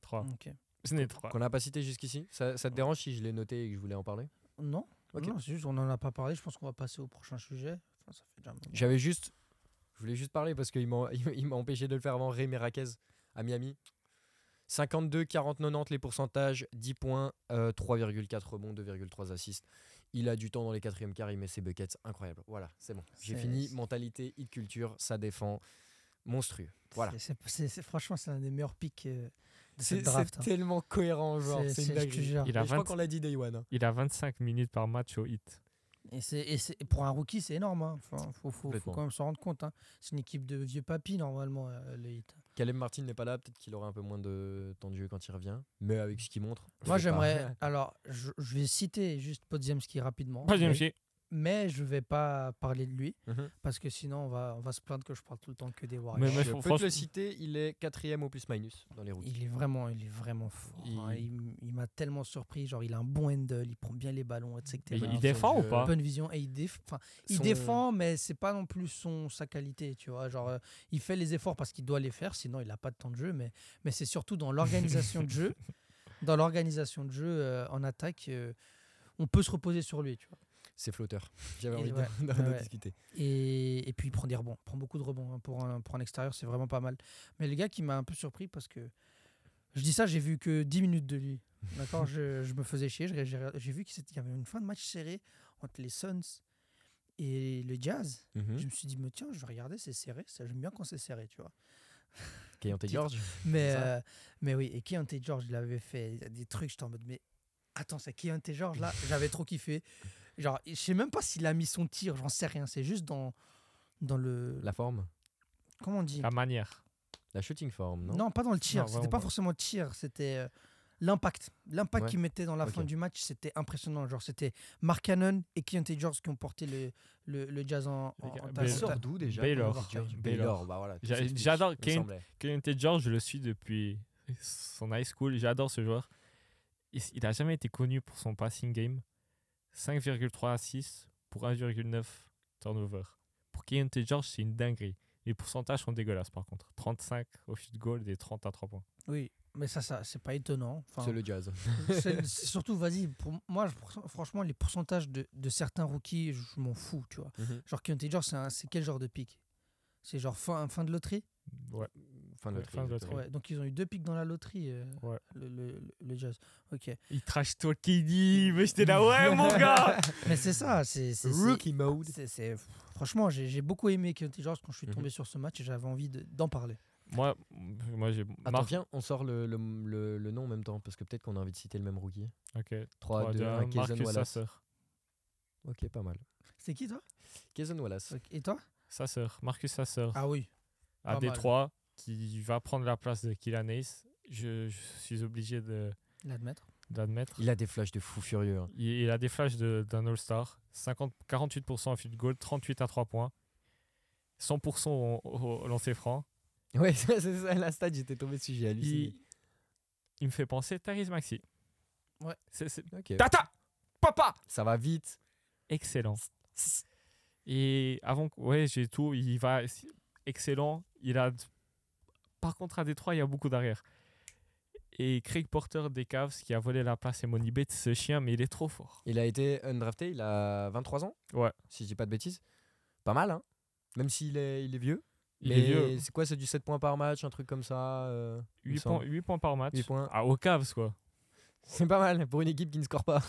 C: Trois.
B: Ok.
C: J'en ai trois.
A: Qu'on n'a pas cité jusqu'ici. Ça, ça te dérange si je l'ai noté et que je voulais en parler
B: Non,
A: Ok.
B: non c'est juste on n'en a pas parlé. Je pense qu'on va passer au prochain sujet. Enfin, ça fait déjà un moment.
A: J'avais juste. Je voulais juste parler parce qu'il m'a il m'a empêché de le faire avant Rémi Raquez à Miami. 52, 40, 90 les pourcentages, 10 points, euh, 3,4 rebonds, 2,3 assists. Il a du temps dans les quatrièmes quarts, il met ses buckets, incroyable. Voilà, c'est bon. J'ai
B: C'est-
A: fini,
B: c'est-
A: mentalité, hit culture, ça défend, monstrueux. Voilà.
B: C'est- c'est- c'est- c'est- franchement, c'est l'un des meilleurs picks euh, de
A: C'est
B: cette
A: c'est
B: draft. hein.
A: tellement cohérent, genre,
B: C'est-
A: c'est
B: c'est-
A: une
B: je te
A: dinguerie.
B: jure.
A: Mais
C: Il a
A: Je crois
C: 20
A: qu'on l'a dit Day One. hein.
C: Il a 25 minutes par match au hit.
B: Et, c'est, et c'est- et pour un rookie, c'est énorme. Hein. Enfin, faut, faut- faut
A: Complètement.
B: quand même s'en rendre compte. hein. C'est une équipe de vieux papy, normalement, euh, le Heat.
A: Caleb Martin n'est pas là, peut-être qu'il aura un peu moins de temps de jeu quand il revient. Mais avec ce qu'il montre. je
B: Moi,
A: sais pas.
B: j'aimerais. Alors, je, je vais citer juste Podziemski rapidement.
C: Pas de
B: mais-
C: chier.
B: Mais je vais pas parler de lui.
A: Mhm.
B: Parce que sinon, on va, on va se plaindre que je parle tout le temps que des
C: Mais
B: Warriors.
C: moi,
A: je
C: je
A: peux
C: pense-
A: te le citer, il est quatrième au plus-minus dans les routes.
B: Il est vraiment, il est vraiment fort.
A: Il-
B: hein. Il, m- il m'a tellement surpris. Genre, il a un bon handle, il prend bien les ballons, etc.
C: Mais il
A: son
C: défend
A: jeu-
C: ou pas
B: bonne vision et il, déf- enfin, il
A: Son-
B: défend mais c'est pas non plus son sa qualité tu vois genre euh, il fait les efforts parce qu'il doit les faire sinon il a pas de temps de jeu mais mais c'est surtout dans l'organisation de jeu dans l'organisation de jeu euh, en attaque euh, on peut se reposer sur lui tu vois
A: C'est flotteur. J'avais
B: Et
A: envie
B: ouais,
A: d'en- d'en
B: ouais.
A: discuter.
B: et, et puis il prend des rebonds prend beaucoup de rebonds hein. pour un pour un extérieur c'est vraiment pas mal mais le gars qui m'a un peu surpris parce que je dis ça j'ai vu que 10 minutes de lui d'accord je, je me faisais chier je- j'ai j'ai vu qu'il s'était- qu'il y avait une fin de match serrée entre les Suns et le Jazz
A: Mhm.
B: Je me suis dit, mais tiens, je vais regarder, c'est serré. Ça, j'aime bien quand c'est serré, tu vois.
A: Kayante
B: Titre.
A: George.
B: Mais,
A: ça.
B: euh, mais oui, et Keontae George, il avait fait des trucs, j'étais en mode, mais attends, c'est Keontae George, là, j'avais trop kiffé. Genre, je sais même pas s'il a mis son tir, j'en sais rien. C'est juste dans, dans le.
A: La forme.
B: Comment on dit
C: La manière.
A: La shooting form, non
B: non, pas dans le tir.
C: Non,
B: C'était
C: vraiment
B: pas
C: pas.
B: forcément le tir, c'était euh, l'impact. L'impact
A: Ouais.
B: qu'il mettait dans la fin
A: Ok.
B: du match, c'était impressionnant. Genre, c'était Mark Cannon et Keontae George qui ont porté le, le, le jazz en,
C: Les
B: en-
C: gars,
B: en
A: Il
C: mais-
B: talent.
A: sort d'où déjà
C: Baylor.
A: George.
C: Baylor.
A: Baylor, bah voilà. tout
C: J'a-
A: s'explique,
C: j'adore
A: il me
C: Kayante-
A: semblait.
C: Kayante George, je le suis depuis son high school. J'adore ce joueur. Il il a jamais été connu pour son passing game. 5,3 assists pour 1,9 turnover. Pour Keontae George, c'est une dinguerie. Les pourcentages sont dégueulasses par contre. 35 au shoot goal et 30 à 3 points.
B: Oui, mais ça, ça c'est pas étonnant. Enfin,
A: C'est le jazz.
B: c'est- c'est surtout, vas-y, pour moi, je pense- franchement, les pourcentages de, de certains rookies, je m'en fous, tu vois.
A: Mhm.
B: Genre, Keontae George, c'est un- c'est quel genre de pic C'est genre fin, fin de loterie
C: Ouais.
A: Fin de
C: Ouais,
A: loterie,
C: fin de
A: exactement.
C: loterie.
B: Ouais, donc ils ont eu deux pics dans la loterie, euh,
C: Ouais.
B: le, le- le- le Jazz. Ok.
C: Il trash toi Kenny, mais j'étais là, ouais mon gars
B: Mais c'est ça, c'est. c'est- c'est-
A: Rookie mode.
B: c'est- c'est- Franchement, j'ai j'ai beaucoup aimé Keontae George quand je suis tombé
A: Mhm.
B: sur ce match et j'avais envie de- d'en parler.
C: Moi, moi j'ai.
A: Attends,
C: Mar-
A: viens, on sort le, le, le- le nom en même temps, parce que peut-être qu'on a envie de citer le même rookie.
C: Ok.
A: 3, 2, 1,
C: Marcus
A: Kaysen
C: sa
A: Wallace.
C: sœur.
A: Ok, pas mal.
B: C'est qui toi
A: Kaysen Wallace.
B: Ok, Et toi
C: Sa sœur, Marcus sa sœur,
B: Ah oui.
C: à
B: pas mal.
C: Détroit, qui va prendre la place de Killian Hayes. Je, je suis obligé de
B: L'admettre.
C: d'admettre.
A: Il a des flashs de fou furieux. hein.
C: Il, il a des flashs de- d'un All-Star. 50 48% à field goal, 38 à 3 points, 100% au, au- au lancer franc.
A: Ouais, c'est ça, la stade, j'étais tombé dessus, j'ai halluciné.
C: Il, il me fait penser Taris Maxi.
B: Ouais.
C: C'est- c'est-
A: Ok.
C: Tata Papa
A: Ça va vite.
C: Excellent. Et avant, que- ouais, j'ai tout. Il va excellent. Il a, par contre, à Détroit, il y a beaucoup d'arrière. Et Craig Porter des Cavs qui a volé la place et Money Bates, ce chien, mais il est trop fort.
A: Il a été undrafté, il a 23 ans.
C: Ouais.
A: Si je dis pas de bêtises. Pas mal, hein. Même s'il est, il est vieux.
C: Il
A: mais
C: est vieux.
A: c'est quoi, c'est du 7 points par match, un truc comme ça euh, il me
C: 8
A: semble.
C: points, huit points par match.
A: Huit points.
C: Ah, aux Cavs, quoi.
A: C'est pas mal pour une équipe qui ne score pas.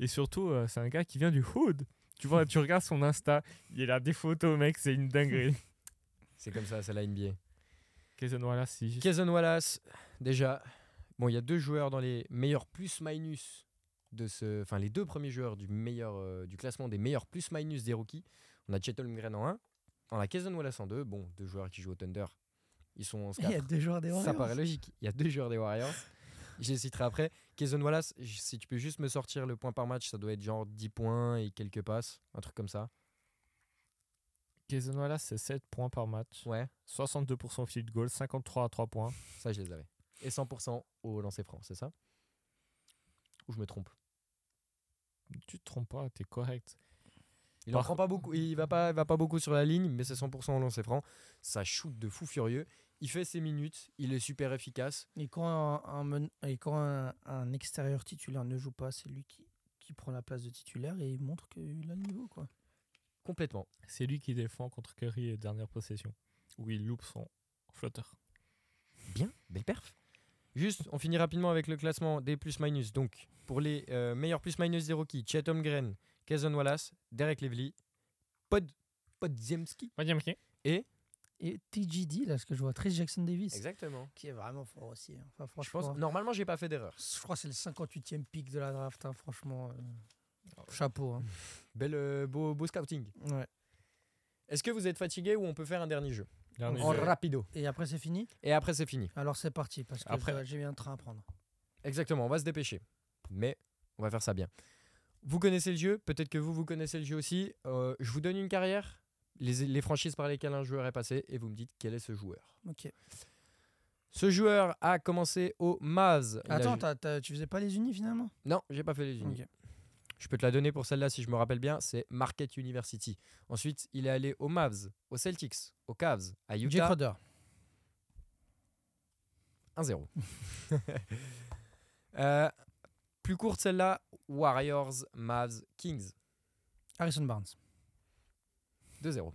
C: et surtout, euh, c'est un gars qui vient du hood. Tu vois, tu regardes son Insta, il a des photos, mec, c'est une dinguerie.
A: C'est comme ça, c'est la NBA.
C: Kaysen Wallace, si.
A: Kaysen Wallace, déjà, bon, il y a deux joueurs dans les meilleurs plus-minus de ce. Enfin, les deux premiers joueurs du, meilleur, euh, du classement des meilleurs plus-minus des rookies. On a Chet Holmgren en 1, on a Kaysen Wallace en 2. Bon, deux joueurs qui jouent au Thunder. Ils sont en
B: Il y a deux joueurs des
A: Ça
B: Warriors.
A: paraît logique. Il y a deux joueurs des Warriors. Je les citerai après. Kayson Wallace, j- si tu peux juste me sortir le point par match, ça doit être genre 10 points et quelques passes, un truc comme ça.
C: Kaysen Wallace, c'est 7 points par match.
A: Ouais,
C: 62% field goal, 53 à 3 points.
A: ça je les avais. Et 100% au lancer franc, c'est ça Ou je me trompe
C: Tu te trompes pas, t'es correct.
A: Il en
C: Par
A: prend pas beaucoup, il va pas, il va pas beaucoup sur la ligne, mais c'est 100% au lancer franc. Ça shoot de fou furieux. Il fait ses minutes, il est super efficace.
B: Et quand, un, un men- et quand un, un extérieur titulaire ne joue pas, c'est lui qui, qui prend la place de titulaire et il montre qu'il a le niveau. quoi.
A: Complètement.
C: C'est lui qui défend contre Curry et dernière possession, où il loupe son flotteur.
A: Bien, belle perf. Juste, on finit rapidement avec le classement des plus-minus. Donc, pour les euh, meilleurs plus-minus des rookies, Chet Holmgren, Kazan Wallace, Derek Lively, Pod, Podziemski.
B: Et TGD, là, ce que je vois, Tris Jackson Davis,
A: Exactement.
B: qui est vraiment fort aussi. hein. Enfin,
A: Je pense,
B: franchement,
A: normalement, j'ai pas fait d'erreur.
B: je, crois que c'est le 58e pic de la draft. hein, franchement, euh,
A: Ah
B: chapeau. hein.
A: Belle, euh, beau, beau scouting.
B: Ouais.
A: Est-ce que vous êtes fatigué ou on peut faire un dernier jeu
C: Dernier
A: En
C: jeu.
A: rapido.
B: Et après, c'est fini
A: Et après, c'est fini.
B: Alors, c'est parti, parce que
C: Après-
B: je dois- j'ai eu un train à prendre.
A: Exactement, on va se dépêcher. Mais on va faire ça bien. Vous connaissez le jeu, peut-être que vous, vous connaissez le jeu aussi. Euh, je vous donne une carrière, les, les franchises par lesquelles un joueur est passé, et vous me dites quel est ce joueur.
B: Ok.
A: Ce joueur a commencé au Maz. Il a
B: Attends,
A: joué-
B: t'as- t'as- tu faisais pas les unis finalement
A: Non, j'ai pas fait les unis.
B: Ok.
A: Je peux te la donner pour celle-là si je me rappelle bien, c'est Marquette University. Ensuite, il est allé aux Mavs, aux Celtics, aux Cavs, à
B: Jay
A: Utah.
B: Crowder.
A: 1-0. Euh, plus courte celle-là, Warriors, Mavs, Kings.
B: Harrison Barnes.
A: 2-0.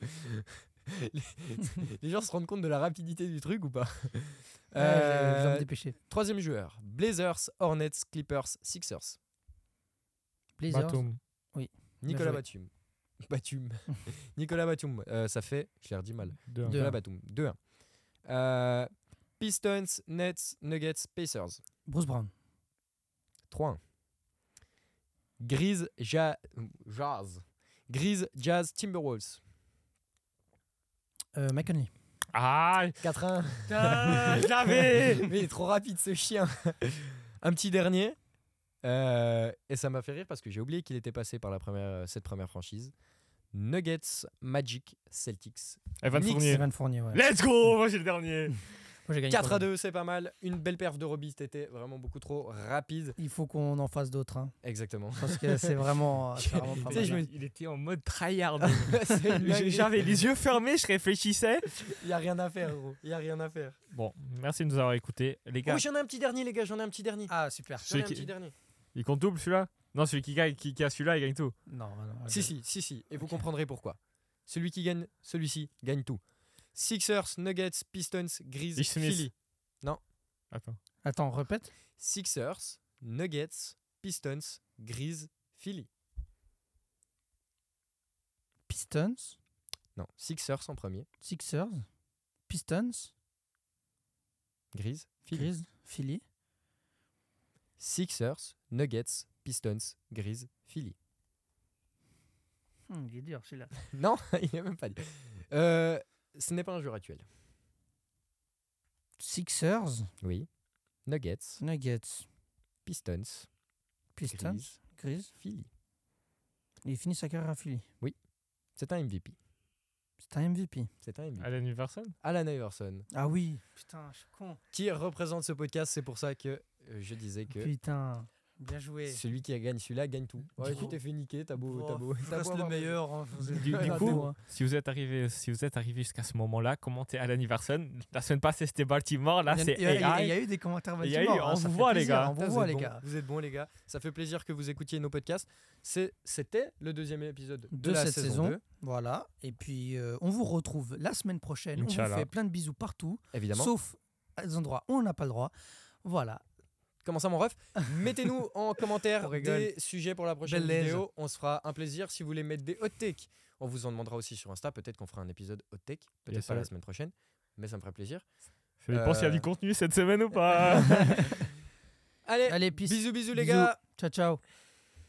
A: les, les gens se rendent compte de la rapidité du truc ou pas
B: Ouais, je- je dois me
A: Euh,
B: dépêcher.
A: Troisième joueur, Blazers, Hornets, Clippers, Sixers.
B: Blazers.
C: Batum.
A: Nicolas
B: joué.
A: Batum. Batum. Nicolas Batum, euh, ça fait, je l'ai redit mal.
C: Deux.
B: Deux.
A: Nicolas Batum, 2-1. Euh, Pistons, Nets, Nuggets, Pacers,
B: Bruce Brown.
A: 3-1. Grise, Ja- Jazz. Grise, Jazz, Timberwolves,
B: Euh, McKinley.
C: Ah,
A: 4-1.
C: putain, je l'avais
A: Mais il est trop rapide ce chien. Un petit dernier. Euh, et ça m'a fait rire parce que j'ai oublié qu'il était passé par la première, euh, cette première franchise. Nuggets, Magic, Celtics.
C: Evan
A: Knicks.
C: Eh, Fournier.
B: Evan Fournier, ouais.
C: Let's go Moi, j'ai le dernier.
B: Moi, j'ai gagné
A: 4 à
B: quand même.
A: 2, c'est pas mal. Une belle perf de Roby, c'était vraiment beaucoup trop rapide.
B: Il faut qu'on en fasse d'autres. hein,
A: Exactement.
B: parce que c'est vraiment, euh, c'est vraiment pas
A: Tu sais,
B: mal.
A: je me-
C: Il était en mode tryhard.
A: C'est une dinguerie.
C: J'avais les yeux fermés, je réfléchissais.
A: Il y a rien à faire, gros. Il y a rien à faire.
C: Bon, merci de nous avoir écoutés. Les gars,
A: Oui, j'en ai un petit dernier, les gars. J'en ai un petit dernier.
B: Ah, super.
A: J'en ai
C: Celui
A: un
C: qui-
A: petit dernier.
C: il compte double celui-là Non, celui qui, gagne, qui, qui a celui-là, il gagne tout.
B: Non, bah non,
A: Si,
B: allez.
A: si, si, si. Et vous comprendrez pourquoi. Celui qui gagne, celui-ci gagne tout. Sixers, Nuggets, Pistons, Grizz,
C: Ich Smith.
A: Philly.
C: Attends.
B: Attends, répète.
A: Sixers, Nuggets, Pistons, Grizz, Philly.
B: Pistons,
A: Non, Sixers en premier,
B: Sixers, Pistons,
A: Grizz, Philly.
B: Grizz, Philly.
A: Sixers, Nuggets, Pistons, Grizz, Philly.
B: Hum, il est dur celui-là.
A: Non, il n'a même pas dit. Euh, ce n'est pas un joueur actuel.
B: Sixers,
A: Oui. Nuggets,
B: Nuggets,
A: Pistons,
B: Pistons,
A: Grizz.
B: Grizz.
A: Philly.
B: Il finit sa carrière à Philly.
A: C'est un MVP.
B: C'est un MVP.
A: C'est un MVP.
C: Allen Iverson
A: Alan Iverson,
B: Ah oui. Putain, je suis con.
A: qui représente ce podcast, c'est pour ça que euh, je disais que
B: Putain. Bien joué.
A: Celui qui gagne celui-là gagne tout. Ouais,
B: coup-
A: tu t'es fait niquer, t'as beau,
B: Bon,
A: t'as beau.
B: je
A: t'as
B: reste
A: beau
B: le
A: avoir-
B: meilleur. hein, vous êtes-
C: Du-
A: du
B: Ah,
A: coup-
B: bon, hein.
C: Si vous êtes arrivé, si vous êtes arrivé jusqu'à ce moment-là, commentez Allen Iverson. La semaine passée, c'était Baltimore. Là,
B: Il y a-
C: c'est
B: il y a- il y a- Il y
C: AI.
B: a eu des commentaires
C: Il y a eu-
B: Baltimore, hein,
C: on
B: ça
C: vous
B: fait
C: voit, les
B: plaisir,
C: gars.
B: On vous
A: Putain, vous
B: voit,
A: êtes
B: les
A: bons,
B: gars.
A: Vous êtes bons, les gars. Ça fait plaisir que vous écoutiez nos podcasts. C'est, c'était le deuxième épisode de,
B: De
A: la
B: cette saison.
A: deux,
B: Voilà. Et puis, euh, on vous retrouve la semaine prochaine. On vous
C: Inch'Allah.
B: fait plein de bisous partout,
A: évidemment.
B: sauf à des endroits où on n'a pas le droit. Voilà.
A: Comment ça, mon ref Mettez-nous en commentaire
B: On rigole.
A: des sujets pour la prochaine
B: Belle
A: vidéo. On se fera un plaisir. Si vous voulez mettre des hot takes, on vous en demandera aussi sur Insta. Peut-être qu'on fera un épisode hot take. Peut-être
C: Yes,
A: pas
C: sir.
A: la semaine prochaine, mais ça me ferait plaisir.
C: Ça dépend s'il y a
A: Euh.
C: du contenu cette semaine ou pas.
A: Allez,
B: Allez, peace.
A: Eh, bisous, bisous, les
B: Bisous.
A: gars.
B: Ciao, ciao.